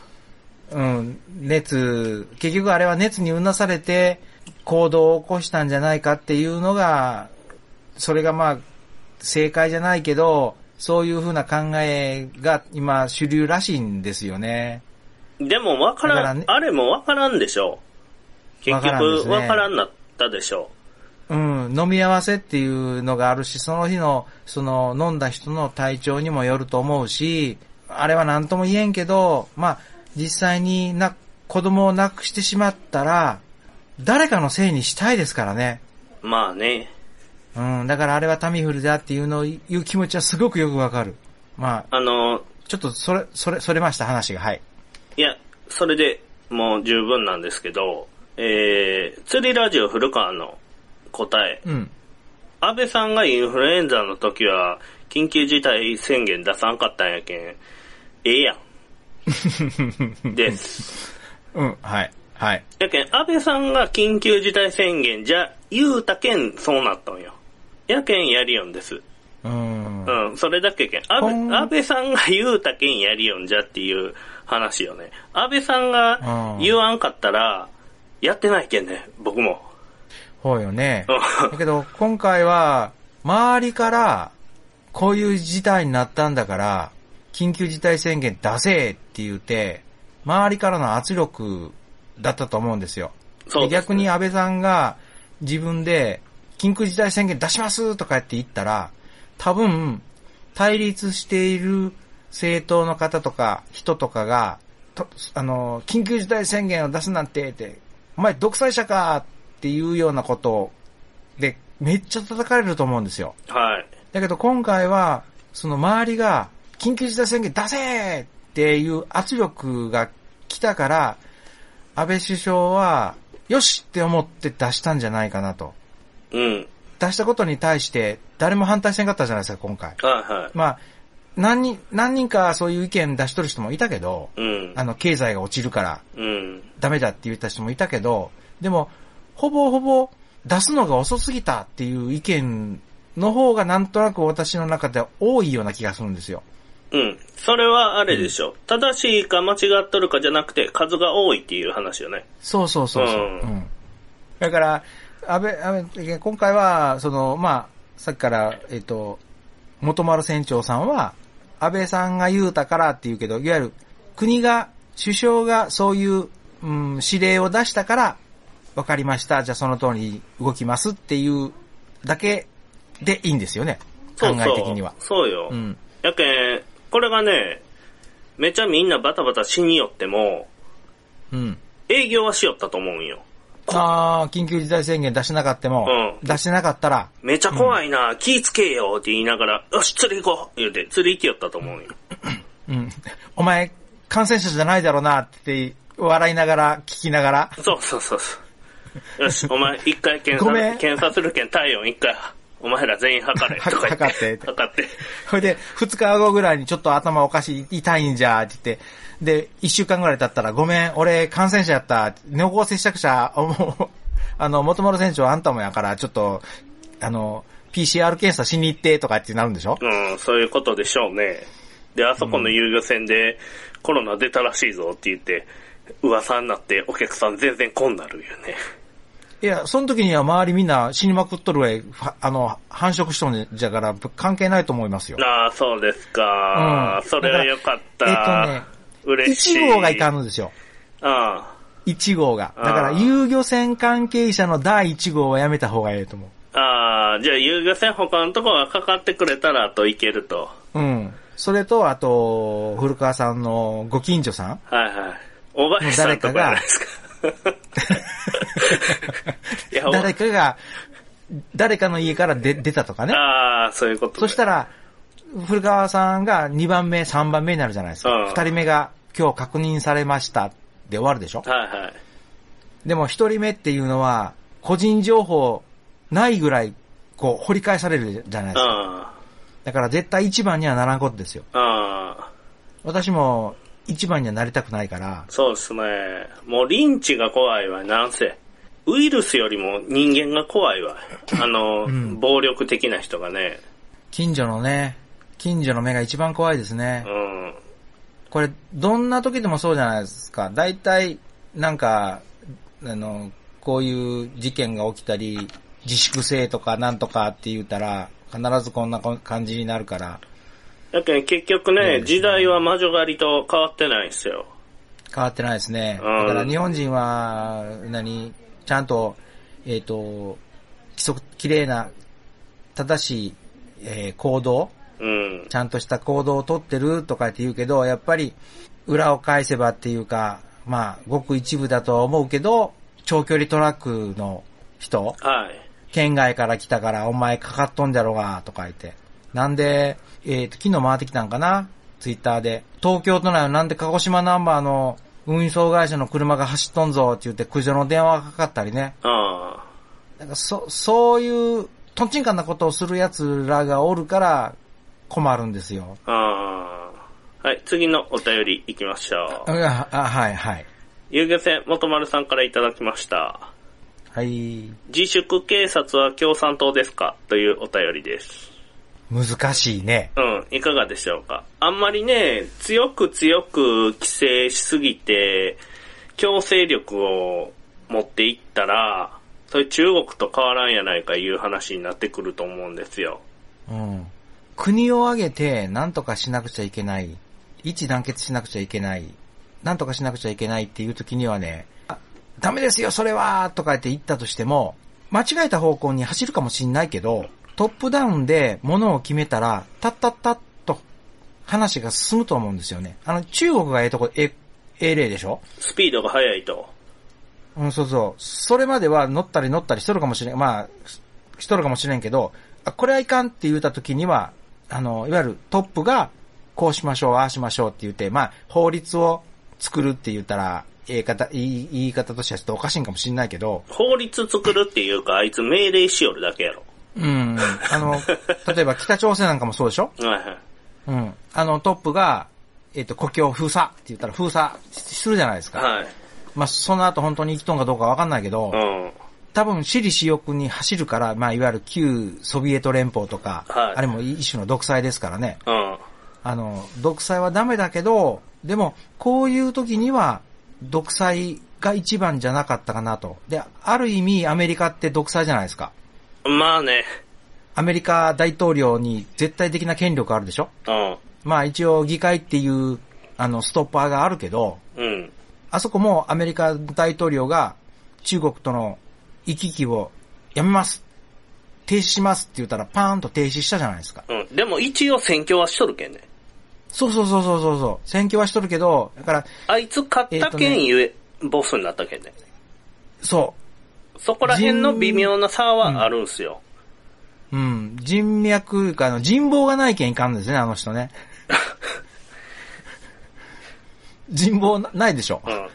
[SPEAKER 2] うん、熱、結局あれは熱にうなされて行動を起こしたんじゃないかっていうのが、それがまあ、正解じゃないけど、そういうふうな考えが今主流らしいんですよね。
[SPEAKER 1] あ。でもわからん、
[SPEAKER 2] だからね
[SPEAKER 1] あれもわからんでしょう。結
[SPEAKER 2] わからんで
[SPEAKER 1] 局
[SPEAKER 2] すね
[SPEAKER 1] わからんなったでしょ
[SPEAKER 2] うん、飲み合わせっていうのがあるし、その日の、その飲んだ人の体調にもよると思うし、あれは何とも言えんけど、まあ、実際にな、子供を亡くしてしまったら、誰かのせいにしたいですからね。
[SPEAKER 1] う。まあね。
[SPEAKER 2] うん、だからあれはタミフルだっていうのを言う気持ちはすごくよくわかる。まあ、
[SPEAKER 1] あの、
[SPEAKER 2] ちょっとそれ、それ、それました話が、はい。
[SPEAKER 1] いや、それでもう十分なんですけど、えー、釣りラジオ古川の答え。
[SPEAKER 2] うん。
[SPEAKER 1] 安倍さんがインフルエンザの時は、緊急事態宣言出さんかったんやけん、ええやん。です。
[SPEAKER 2] うん、はい。はい。
[SPEAKER 1] やけん、安倍さんが緊急事態宣言じゃ、言うたけん、そうなったんよ。やけんやりよんです。
[SPEAKER 2] うん
[SPEAKER 1] う。ん、それだけけん。安
[SPEAKER 2] ほん
[SPEAKER 1] 倍、安倍さんが言うたけんやりよんじゃっていう話よね。安倍さんが
[SPEAKER 2] うん
[SPEAKER 1] 言わんかったら、やってないけんね、僕も。
[SPEAKER 2] ほうよね。 (laughs)
[SPEAKER 1] うん
[SPEAKER 2] だけど、今回は、周りから、こういう事態になったんだから、緊急事態宣言出せって言って、周りからの圧力だったと思うんですよ。
[SPEAKER 1] そう
[SPEAKER 2] で
[SPEAKER 1] です
[SPEAKER 2] 逆に安倍さんが自分で緊急事態宣言出しますとかって言ったら、多分、対立している政党の方とか人とかが、とあの、緊急事態宣言を出すなんてって、お前独裁者かっていうようなことで、めっちゃ叩かれると思うんですよ。
[SPEAKER 1] はい。
[SPEAKER 2] だけど今回は、その周りが、緊急事態宣言出せーっていう圧力が来たから、安倍首相は、よしって思って出したんじゃないかなと。
[SPEAKER 1] うん。
[SPEAKER 2] 出したことに対して、誰も反対せんかったじゃないですか、今回。
[SPEAKER 1] はいは
[SPEAKER 2] まあ、何人、何人かそういう意見出しとる人もいたけど、
[SPEAKER 1] い。うん
[SPEAKER 2] あ。の、経済が落ちるから
[SPEAKER 1] うん。
[SPEAKER 2] ダメだって言った人もいたけど、でも、ほぼほぼ出すのが遅すぎたっていう意見の方がなんとなく私の中では多いような気がするんですよ。
[SPEAKER 1] うん。それはあれでしょ。正しいか間違っとるかじゃなくて、数が多いっていう話よね。
[SPEAKER 2] そうそうそうそう。
[SPEAKER 1] う
[SPEAKER 2] うんん。だから、安倍、安倍、今回は、その、まあ、さっきから、えっ、と、元丸船長さんは、安倍さんが言うたからって言うけど、いわゆる国が、首相がそういう、うん、指令を出したから、わかりました、じゃあその通りに動きますっていうだけでいいんですよね。考
[SPEAKER 1] そうそう
[SPEAKER 2] え的には。
[SPEAKER 1] そうよ。
[SPEAKER 2] うん。
[SPEAKER 1] やけん、これがね、めちゃみんなバタバタしによっても、
[SPEAKER 2] うん。
[SPEAKER 1] 営業はしよったと思うんよ。
[SPEAKER 2] ああ、緊急事態宣言出してなかったも、
[SPEAKER 1] うん
[SPEAKER 2] 出してなかったら、
[SPEAKER 1] めちゃ怖いな、気ぃつけよって言いながら、よし、釣り行こう言うて、釣り行きよったと思うんよ。
[SPEAKER 2] うん。お前、感染者じゃないだろうなって、笑いながら、聞きながら。 (laughs)
[SPEAKER 1] そうそうそうそう。よし、お前、一回検
[SPEAKER 2] ごめ
[SPEAKER 1] 査、
[SPEAKER 2] ん
[SPEAKER 1] 検査するけん、体温一回、お前ら全員測れ。
[SPEAKER 2] は
[SPEAKER 1] とか言
[SPEAKER 2] (laughs) 測って
[SPEAKER 1] 測って。
[SPEAKER 2] それで、二日後ぐらいにちょっと頭おかしい、痛いんじゃ、って言って。で、一週間ぐらい経ったら、ごめん、俺、感染者やった。濃厚接触者、 (laughs) おもあの、元丸船長あんたもやから、ちょっと、あの、PCR 検査しに行って、とかってなるんでしょ
[SPEAKER 1] うん、そういうことでしょうね。で、あそこの遊漁船で、コロナ出たらしいぞって言って、噂になって、お客さん全然こんなるよね。
[SPEAKER 2] いや、その時には周りみんな死にまくっとるえ、はあの、繁殖しとんじゃから、関係ないと思いますよ。
[SPEAKER 1] ああ、そうですか。
[SPEAKER 2] うん
[SPEAKER 1] それはよかった。
[SPEAKER 2] だからえっとね
[SPEAKER 1] 嬉しい。
[SPEAKER 2] 1号がいたんですよ。
[SPEAKER 1] あ
[SPEAKER 2] 1号が。だか
[SPEAKER 1] あ
[SPEAKER 2] ら、
[SPEAKER 1] ー
[SPEAKER 2] 遊漁船関係者の第1号はやめた方がいいと思
[SPEAKER 1] あ。ああ、じゃあ遊漁船他のとこがかかってくれたらといけると。
[SPEAKER 2] う。うん。それと、あと、古川さんのご近所さん
[SPEAKER 1] はいはい。おばあさんとかじゃないですか。いやお
[SPEAKER 2] 誰かが、誰かの家から出出たとかね。
[SPEAKER 1] ああ、そういうこと、
[SPEAKER 2] そした
[SPEAKER 1] ら、
[SPEAKER 2] ら、古川さんが2番目、3番目になるじゃないですか。
[SPEAKER 1] うん
[SPEAKER 2] 2人目が今日確認されましたで終わるでしょ
[SPEAKER 1] はいはい。
[SPEAKER 2] でも1人目っていうのは、個人情報ないぐらい、こう、掘り返されるじゃないですか。
[SPEAKER 1] あ
[SPEAKER 2] だから絶対1番にはならんことですよ。
[SPEAKER 1] あ、ああ、
[SPEAKER 2] 私も一番にはなりたくないから、
[SPEAKER 1] そうですね。もうリンチが怖いわ、なんせ。ウイルスよりも人間が怖いわ。あの、
[SPEAKER 2] ん
[SPEAKER 1] 暴力的な人がね。
[SPEAKER 2] 近所のね、近所の目が一番怖いですね
[SPEAKER 1] う。ん。
[SPEAKER 2] これ、どんな時でもそうじゃないですか。大体、なんか、あの、こういう事件が起きたり、自粛性とかなんとかって言ったら、必ずこんなこ感じになるから、
[SPEAKER 1] だけど結局ね、時代は魔女狩りと変わってないんですよ。
[SPEAKER 2] 変わってないですね。だ
[SPEAKER 1] うん
[SPEAKER 2] から日本人は、何、ちゃんと、えっ、と、規則、綺麗な、正しい、えー行動
[SPEAKER 1] うん。
[SPEAKER 2] ちゃんとした行動をとってるとかって言うけど、やっぱり裏を返せばっていうか、まあ、ごく一部だとは思うけど、長距離トラックの人、
[SPEAKER 1] はい。
[SPEAKER 2] 県外から来たからお前かかっとんじゃろが、とか言って。なんで、えっ、と、昨日回ってきたんかなツイッターで。東京都内のなんで鹿児島ナンバーの運送会社の車が走っとんぞって言って苦情の電話がかかったりね。
[SPEAKER 1] ああ。
[SPEAKER 2] なんかそ、そういう、とんちんかんなことをする奴らがおるから困るんですよ。
[SPEAKER 1] ああ。はい、次のお便り行きましょう。
[SPEAKER 2] あ、あはい、はい。
[SPEAKER 1] 遊漁船元丸さんからいただきました。
[SPEAKER 2] はい。
[SPEAKER 1] 自粛警察は共産党ですかというお便りです。
[SPEAKER 2] 難しいね。
[SPEAKER 1] うん、いかがでしょうか。あんまりね、強く強く規制しすぎて、強制力を持っていったら、それ中国と変わらんやないかいう話になってくると思うんですよ。
[SPEAKER 2] うん。国を挙げて何とかしなくちゃいけない。一致団結しなくちゃいけない。何とかしなくちゃいけないっていう時にはね、あ、ダメですよ、それはとか言って言ったとしても、間違えた方向に走るかもしんないけど、トップダウンで物を決めたら、タッタッタッと話が進むと思うんですよね。あの、中国がええとこ、え、ええ例でしょ
[SPEAKER 1] スピードが速いと。
[SPEAKER 2] うん、そうそう。それまでは乗ったり乗ったりしとるかもしれん。まあ、ししとるかもしれんけど、あ、これはいかんって言った時には、あの、いわゆるトップが、こうしましょう、ああしましょうって言って、まあ、法律を作るって言ったら、言い方、言い言い方としてはちょっとおかしいんかもしれないけど、
[SPEAKER 1] 法律作るっていうか、あいつ命令しよるだけやろ。
[SPEAKER 2] うん。あの、例えば北朝鮮なんかもそうでしょ
[SPEAKER 1] はいはい。
[SPEAKER 2] うん。あの、トップが、えっ、と、故郷封鎖って言ったら封鎖するじゃないですか。
[SPEAKER 1] はい。
[SPEAKER 2] まあ、その後本当に生きとんかどうかわかんないけど、
[SPEAKER 1] うん。
[SPEAKER 2] 多分、私利私欲に走るから、まあ、いわゆる旧ソビエト連邦とか、
[SPEAKER 1] はい
[SPEAKER 2] あれも一種の独裁ですからね。
[SPEAKER 1] うん。
[SPEAKER 2] あの、独裁はダメだけど、でも、こういう時には、独裁が一番じゃなかったかなと。で、ある意味、アメリカって独裁じゃないですか。
[SPEAKER 1] まあね。
[SPEAKER 2] アメリカ大統領に絶対的な権力あるでしょ
[SPEAKER 1] うん。
[SPEAKER 2] まあ一応議会っていう、あの、ストッパーがあるけど、
[SPEAKER 1] うん。
[SPEAKER 2] あそこもアメリカ大統領が中国との行き来をやめます。停止しますって言ったらパーンと停止したじゃないですか。
[SPEAKER 1] うん。でも一応選挙はしとるけんね。
[SPEAKER 2] そうそうそうそうそうそう。選挙はしとるけど、だから、
[SPEAKER 1] あいつ勝ったけんゆえ、ボスになったけんね。
[SPEAKER 2] そ
[SPEAKER 1] そこら辺の微妙な差はあるんすよ。
[SPEAKER 2] う。うん。人脈いうか、あの、人望がないけんいかんですね、あの人ね。 (laughs) 人望なないでしょ。
[SPEAKER 1] うん。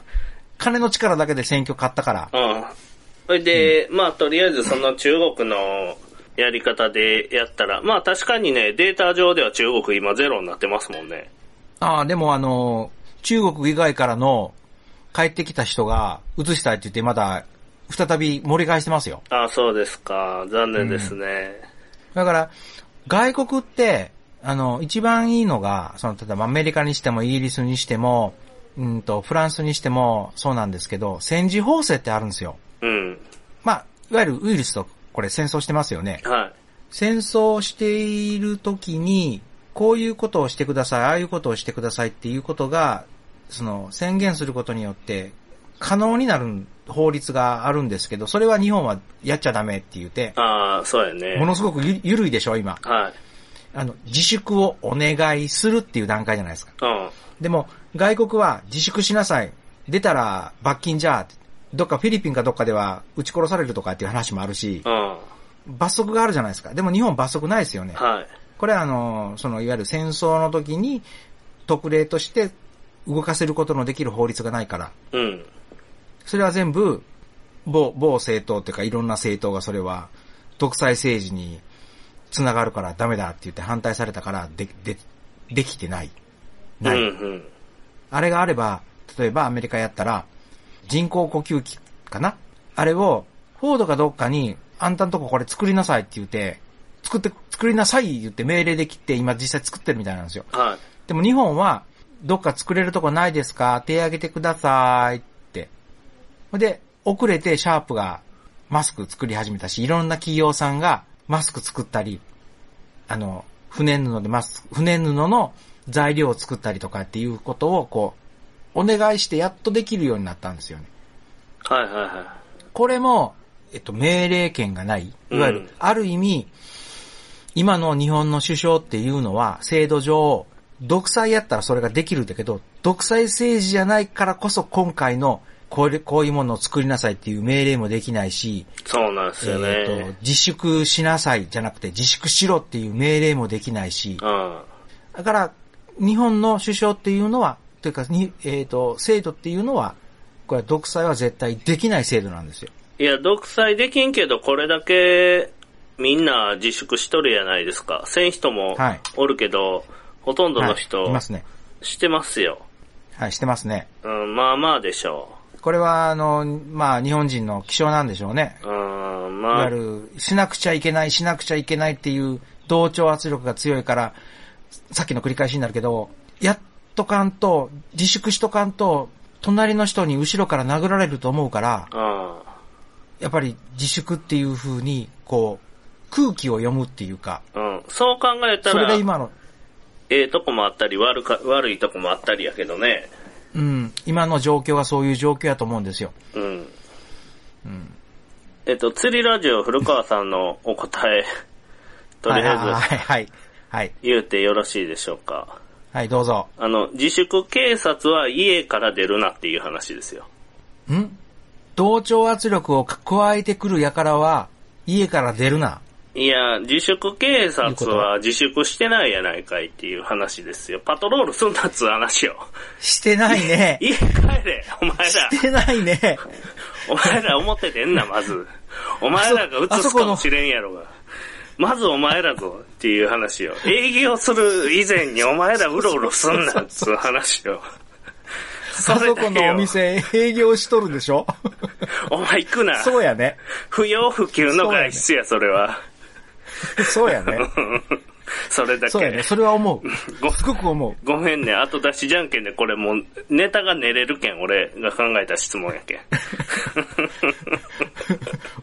[SPEAKER 2] 金の力だけで選挙買ったから。
[SPEAKER 1] うん。それで、まあとりあえずその中国のやり方でやったら、まあ確かにね、データ上では中国今ゼロになってますもんね。
[SPEAKER 2] ああ、でもあの、中国以外からの帰ってきた人が移したいって言ってまだ再び盛り返してますよ。
[SPEAKER 1] あそうですか。残念ですね。
[SPEAKER 2] だから、外国って、あの、一番いいのが、その、例えばアメリカにしてもイギリスにしても、うんと、フランスにしてもそうなんですけど、戦時法制ってあるんですよ。
[SPEAKER 1] うん。
[SPEAKER 2] まあ、いわゆるウイルスとこれ戦争してますよね。
[SPEAKER 1] はい。
[SPEAKER 2] 戦争している時に、こういうことをしてください、ああいうことをしてくださいっていうことが、その宣言することによって可能になる法律があるんですけど、それは日本はやっちゃダメって言って、
[SPEAKER 1] ああ、そうやね。
[SPEAKER 2] ものすごくゆゆるいでしょ、今。
[SPEAKER 1] はい。
[SPEAKER 2] あの、自粛をお願いするっていう段階じゃないですか。
[SPEAKER 1] うん。
[SPEAKER 2] でも、外国は自粛しなさい。出たら罰金じゃあ、どっかフィリピンかどっかでは撃ち殺されるとかっていう話もあるし、
[SPEAKER 1] うん。
[SPEAKER 2] 罰則があるじゃないですか。でも日本罰則ないですよね。
[SPEAKER 1] はい。
[SPEAKER 2] これはあの、そのいわゆる戦争の時に特例として動かせることのできる法律がないから、
[SPEAKER 1] うん。
[SPEAKER 2] それは全部、某、某政党っていうかいろんな政党がそれは独裁政治につながるからダメだって言って反対されたからで、で、できてない。
[SPEAKER 1] うん
[SPEAKER 2] ない。
[SPEAKER 1] うん。
[SPEAKER 2] あれがあれば、例えばアメリカやったら、人工呼吸器かなあれを、フォードかどっかに、あんたんとここれ作りなさいって言って、作って、作りなさい言って命令できて、今実際作ってるみたいなんですよ。
[SPEAKER 1] はい。
[SPEAKER 2] でも日本は、どっか作れるとこないですか手挙げてくださいって。ほんで、遅れてシャープがマスク作り始めたし、いろんな企業さんがマスク作ったり、あの、船布でマスク、船布の材料を作ったりとかっていうことをこう、お願いしてやっとできるようになったんですよね。
[SPEAKER 1] はいはいは
[SPEAKER 2] これも、えっと、命令権がない。いわゆ
[SPEAKER 1] うん
[SPEAKER 2] る、ある意味、今の日本の首相っていうのは、制度上、独裁やったらそれができるんだけど、独裁政治じゃないからこそ今回の、これ、こういうものを作りなさいっていう命令もできないし、
[SPEAKER 1] い。そうなんですよね。
[SPEAKER 2] えーと、自粛しなさいじゃなくて自粛しろっていう命令もできないし、
[SPEAKER 1] うん。
[SPEAKER 2] だから、日本の首相っていうのは、というか、にえっ、と、制度っていうのは、これは独裁は絶対できない制度なんですよ。
[SPEAKER 1] いや、独裁できんけど、これだけみんな自粛しとるやないですか。せん人も
[SPEAKER 2] はい
[SPEAKER 1] おるけど、ほとんどの
[SPEAKER 2] はい、い
[SPEAKER 1] 人、
[SPEAKER 2] ますね。
[SPEAKER 1] してますよ。
[SPEAKER 2] はい、してますね。
[SPEAKER 1] うん、まあまあでしょ
[SPEAKER 2] これは、あの、まあ、日本人の気象なんでしょうね。
[SPEAKER 1] う。うん、
[SPEAKER 2] い
[SPEAKER 1] ま
[SPEAKER 2] わ
[SPEAKER 1] あ、
[SPEAKER 2] ゆる、しなくちゃいけない、しなくちゃいけないっていう同調圧力が強いから、さっきの繰り返しになるけど、やっとかんと、自粛しとかんと、隣の人に後ろから殴られると思うから、
[SPEAKER 1] うん。
[SPEAKER 2] やっぱり自粛っていう風に、こう、空気を読むっていうか、
[SPEAKER 1] うん、そう考えた
[SPEAKER 2] それ
[SPEAKER 1] ら
[SPEAKER 2] が、今の、
[SPEAKER 1] ええとこもあったり悪か、悪いとこもあったりやけどね。
[SPEAKER 2] うん、今の状況がそういう状況やと思うんですよ。
[SPEAKER 1] うん。えっと、釣りラジオ古川さんのお答え、とり
[SPEAKER 2] はい
[SPEAKER 1] あえ
[SPEAKER 2] はいはい。はい。
[SPEAKER 1] ず言うてよろしいでしょうか。
[SPEAKER 2] はい、どうぞ。
[SPEAKER 1] あの、自粛警察は家から出るなっていう話ですよ。
[SPEAKER 2] ん同調圧力を加えてくる輩は、家から出るな。
[SPEAKER 1] いや、自粛警察は自粛してないやないかいっていう話ですよ。パトロールすんなっつう話よ。。
[SPEAKER 2] してないね
[SPEAKER 1] 家帰れ、お前ら。
[SPEAKER 2] してないね。
[SPEAKER 1] お前ら表出んな、まず。お前らが映すかもしれんやろが。まずお前らぞっていう話を。営業する以前にお前らうろうろすんなっつう話を。そ
[SPEAKER 2] あ
[SPEAKER 1] れ
[SPEAKER 2] そ
[SPEAKER 1] だ
[SPEAKER 2] こ
[SPEAKER 1] け
[SPEAKER 2] のお
[SPEAKER 1] よ。
[SPEAKER 2] 店営業しとるでしょ
[SPEAKER 1] お前行くな。
[SPEAKER 2] そうやね。
[SPEAKER 1] 不要不急の外出や、それは。 (laughs)
[SPEAKER 2] そうやね。
[SPEAKER 1] それだ
[SPEAKER 2] そうやね。
[SPEAKER 1] け。
[SPEAKER 2] それは思
[SPEAKER 1] ご
[SPEAKER 2] う。すごく思う。
[SPEAKER 1] ごめんね、後出しじゃんけんでこれもうネタが寝れるけん、俺が考えた質問やけん。
[SPEAKER 2] (laughs)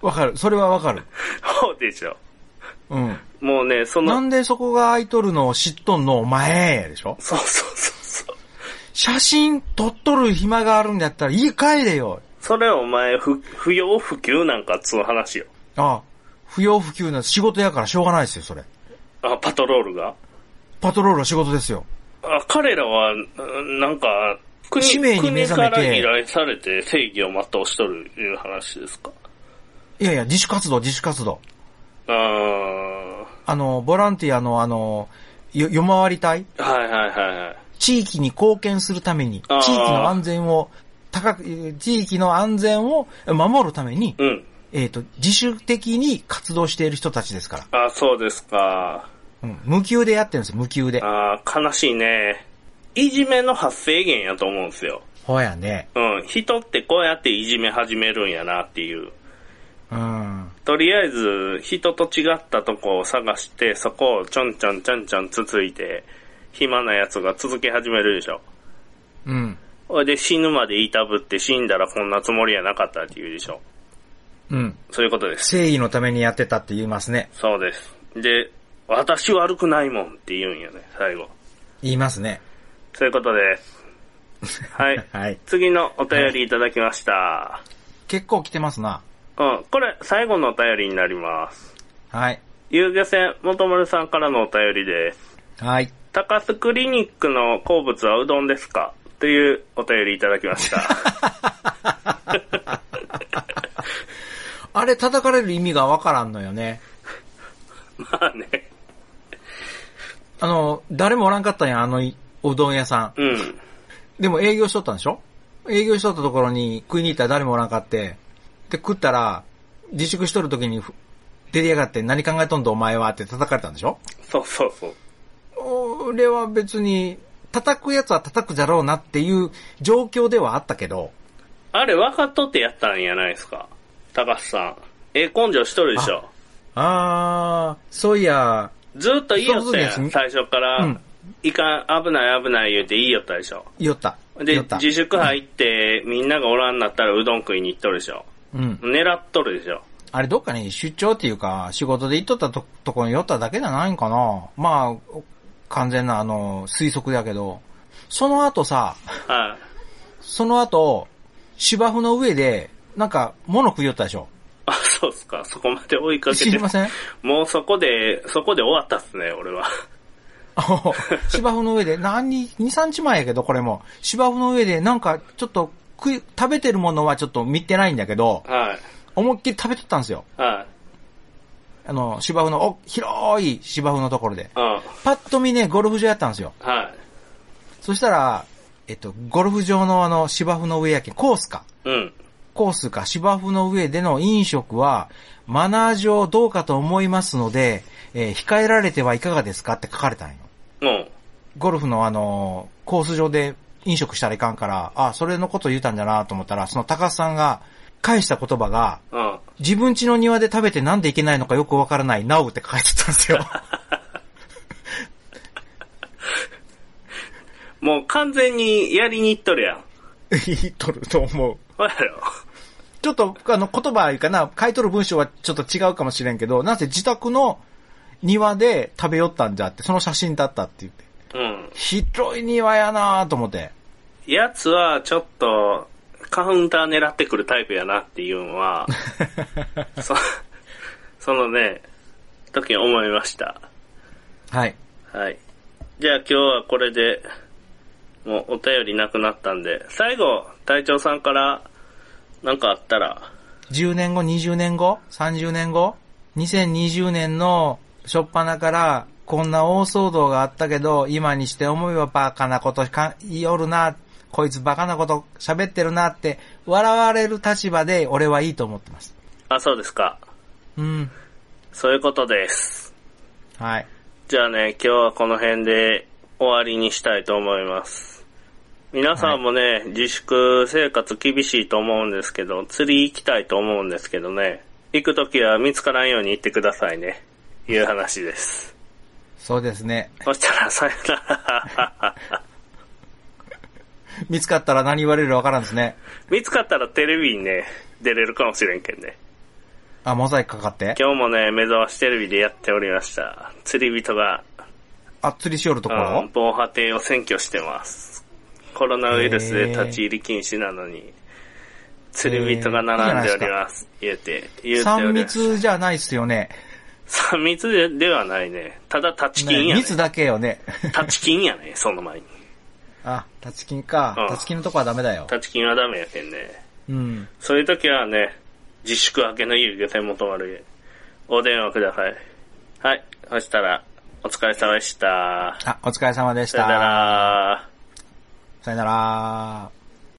[SPEAKER 2] わかる。それはわかる。
[SPEAKER 1] そうでしょ。
[SPEAKER 2] うん。
[SPEAKER 1] もうね、そ
[SPEAKER 2] な
[SPEAKER 1] の、
[SPEAKER 2] んでそこが空いとるのを知っとんのお前やでしょ
[SPEAKER 1] そうそうそうそう。
[SPEAKER 2] 写真撮っとる暇があるんだったら家帰れよ。
[SPEAKER 1] それお前不、不要不急なんかっつう話よ。
[SPEAKER 2] ああ不要不急な仕事やからしょうがないですよ、それ。
[SPEAKER 1] あ、パトロールが
[SPEAKER 2] パトロールは仕事ですよ。
[SPEAKER 1] あ彼らは、うんなんか、国
[SPEAKER 2] 使命に目覚めて
[SPEAKER 1] 国から依頼されて正義を全うしとるいう話ですか。
[SPEAKER 2] いやいや、自主活動、自主活動。
[SPEAKER 1] あーは
[SPEAKER 2] あの、ボランティアのあの、よ、夜回り隊
[SPEAKER 1] いはいはいはい。
[SPEAKER 2] 地域に貢献するために、
[SPEAKER 1] あー
[SPEAKER 2] 地域の安全を、高く、地域の安全を守るために、
[SPEAKER 1] うん。
[SPEAKER 2] えっ、と、自主的に活動している人たちですから。
[SPEAKER 1] あそうですか。
[SPEAKER 2] うん。無給でやってるんですよ、無給で。
[SPEAKER 1] あー悲しいね。いじめの発生源やと思うんですよ。
[SPEAKER 2] ほやね。
[SPEAKER 1] うん。人ってこうやっていじめ始めるんやなっていう。
[SPEAKER 2] うん。
[SPEAKER 1] とりあえず、人と違ったとこを探して、そこをちょんちょんちょんちょんつついて、暇なやつが続け始めるでしょ。
[SPEAKER 2] うん。
[SPEAKER 1] ほいで死ぬまでいたぶって死んだらこんなつもりやなかったって言うでしょ。
[SPEAKER 2] うん。
[SPEAKER 1] そういうことです。
[SPEAKER 2] 正義のためにやってたって言いますね。
[SPEAKER 1] そうです。で、私悪くないもんって言うんよね、最後。
[SPEAKER 2] 言いますね。
[SPEAKER 1] そういうことです。はい。
[SPEAKER 2] はい。
[SPEAKER 1] 次のお便りいただきました。
[SPEAKER 2] 結構来てますな。
[SPEAKER 1] うん、これ最後のお便りになります。
[SPEAKER 2] はい。
[SPEAKER 1] 遊漁船元丸さんからのお便りです。
[SPEAKER 2] はい。
[SPEAKER 1] 高須クリニックの好物はうどんですかというお便りいただきました。
[SPEAKER 2] (laughs) あれ叩かれる意味がわからんのよね。
[SPEAKER 1] まあね。
[SPEAKER 2] あの、誰もおらんかったんや、あのい、おうどん屋さん。
[SPEAKER 1] うん。
[SPEAKER 2] でも営業しとったんでしょ営業しとったところに食いに行ったら誰もおらんかって、で、食ったら、自粛しとる時にふ出てやがって何考えとんだお前はって叩かれたんでしょ
[SPEAKER 1] そうそうそう。
[SPEAKER 2] 俺は別に、叩くやつは叩くじゃろうなっていう状況ではあったけど、
[SPEAKER 1] あれ分かっとってやったんやないですか。高須さん。ええ根性しとるでしょ。
[SPEAKER 2] あー、そういや、
[SPEAKER 1] ずっと言いよったや。
[SPEAKER 2] そうそうんです
[SPEAKER 1] 最初から、
[SPEAKER 2] うん
[SPEAKER 1] いかん、危ない危ない言うて言いよったでしょ。
[SPEAKER 2] 酔った。
[SPEAKER 1] で
[SPEAKER 2] 酔っ、た。
[SPEAKER 1] 自粛入って、みんながおらんなったらうどん食いに行っとるでしょ。
[SPEAKER 2] うん。
[SPEAKER 1] 狙っとるでしょ。
[SPEAKER 2] あれどっかに出張っていうか、仕事で行っとったととこに寄っただけじゃないんかなまあ、完全なあの、推測だけど、その後さ、
[SPEAKER 1] はい。
[SPEAKER 2] その後、芝生の上で、なんか、物食いよったでしょ
[SPEAKER 1] あ、そうっすか。そこまで追いかけ
[SPEAKER 2] 知
[SPEAKER 1] て
[SPEAKER 2] り
[SPEAKER 1] (laughs)
[SPEAKER 2] ま。せん
[SPEAKER 1] もうそこで、そこで終わったっすね、俺は。
[SPEAKER 2] 芝生の上で、何、2、3日前やけど、これも。芝生の上で、なんか、ちょっと、食い、食べてるものはちょっと見てないんだけど、
[SPEAKER 1] はい。
[SPEAKER 2] 思いっきり食べとったんですよ。
[SPEAKER 1] はい。
[SPEAKER 2] あの、芝生の、お、広い芝生のところで。
[SPEAKER 1] うん。
[SPEAKER 2] パッと見ね、ゴルフ場やったんですよ。
[SPEAKER 1] はい。
[SPEAKER 2] そしたら、えっと、ゴルフ場のあの、芝生の上やけん、コースか。
[SPEAKER 1] うん。
[SPEAKER 2] コースか芝生の上での飲食は、マナー上どうかと思いますので、えー控えられてはいかがですかって書かれたんよ。
[SPEAKER 1] うん。
[SPEAKER 2] ゴルフのあのーコース上で飲食したらいかんから、あ、それのこと言うたんだなと思ったら、その高須さんが返した言葉が、
[SPEAKER 1] うん。
[SPEAKER 2] 自分家の庭で食べてなんでいけないのかよくわからない、なおって書いてたんですよ。
[SPEAKER 1] もう完全にやりに行っとるやん。
[SPEAKER 2] 言いとると思う。
[SPEAKER 1] ほやろ。
[SPEAKER 2] ちょっと、あの、言葉かな、書いとる文章はちょっと違うかもしれんけど、なぜ自宅の庭で食べよったんじゃって、その写真だったって言って。
[SPEAKER 1] うん。
[SPEAKER 2] 広い庭やなぁと思って。
[SPEAKER 1] やつはちょっと、カウンター狙ってくるタイプやなっていうのは、そそのね、時に思いました。
[SPEAKER 2] はい。
[SPEAKER 1] はい。じゃあ今日はこれで、もうお便りなくなったんで、最後、隊長さんからなんかあったら、
[SPEAKER 2] 10年後、20年後、30年後、2020年の初っ端から、こんな大騒動があったけど、今にして思えばバカなことか言いよるな、こいつバカなこと喋ってるなって、笑われる立場で俺はいいと思ってます。
[SPEAKER 1] あ、そうですか。
[SPEAKER 2] うん。
[SPEAKER 1] そういうことです。
[SPEAKER 2] はい。
[SPEAKER 1] じゃあね、今日はこの辺で終わりにしたいと思います。皆さんもね、自粛生活厳しいと思うんですけど、釣り行きたいと思うんですけどね、行くときは見つからんように行ってくださいね、いう話です。
[SPEAKER 2] そうですね。
[SPEAKER 1] そしたら、さよなら。 (laughs)
[SPEAKER 2] (laughs) 見つかったら何言われるかわからんですね。
[SPEAKER 1] 見つかったらテレビにね、出れるかもしれんけんね。
[SPEAKER 2] あ、モザイクかかって。
[SPEAKER 1] 今日もね、目覚ましテレビでやっておりました。釣り人が、
[SPEAKER 2] あ、釣りしよるとこ
[SPEAKER 1] う
[SPEAKER 2] ろ
[SPEAKER 1] ん、防波堤を占拠してます。コロナウイルスで立ち入り禁止なのに、釣り人が並んでおります。言えて、言うてお
[SPEAKER 2] 三
[SPEAKER 1] ります。
[SPEAKER 2] 密じゃないっすよね。
[SPEAKER 1] 三密でではないね。ただ立ち禁
[SPEAKER 2] ね
[SPEAKER 1] やね。
[SPEAKER 2] 密だけよね。 (laughs)
[SPEAKER 1] 立ち禁やね、その前に。
[SPEAKER 2] あ、立ち金か
[SPEAKER 1] うん。
[SPEAKER 2] 立ち金のとこはダメだよ。
[SPEAKER 1] 立ち禁はダメやけんね。
[SPEAKER 2] うん。
[SPEAKER 1] そういう時はね、自粛明けの遊漁船元丸へ、お電話ください。はい。そしたら、お疲れ様でした。
[SPEAKER 2] あ、お疲れ様でし
[SPEAKER 1] さよな
[SPEAKER 2] た。
[SPEAKER 1] ら。
[SPEAKER 2] さよなら。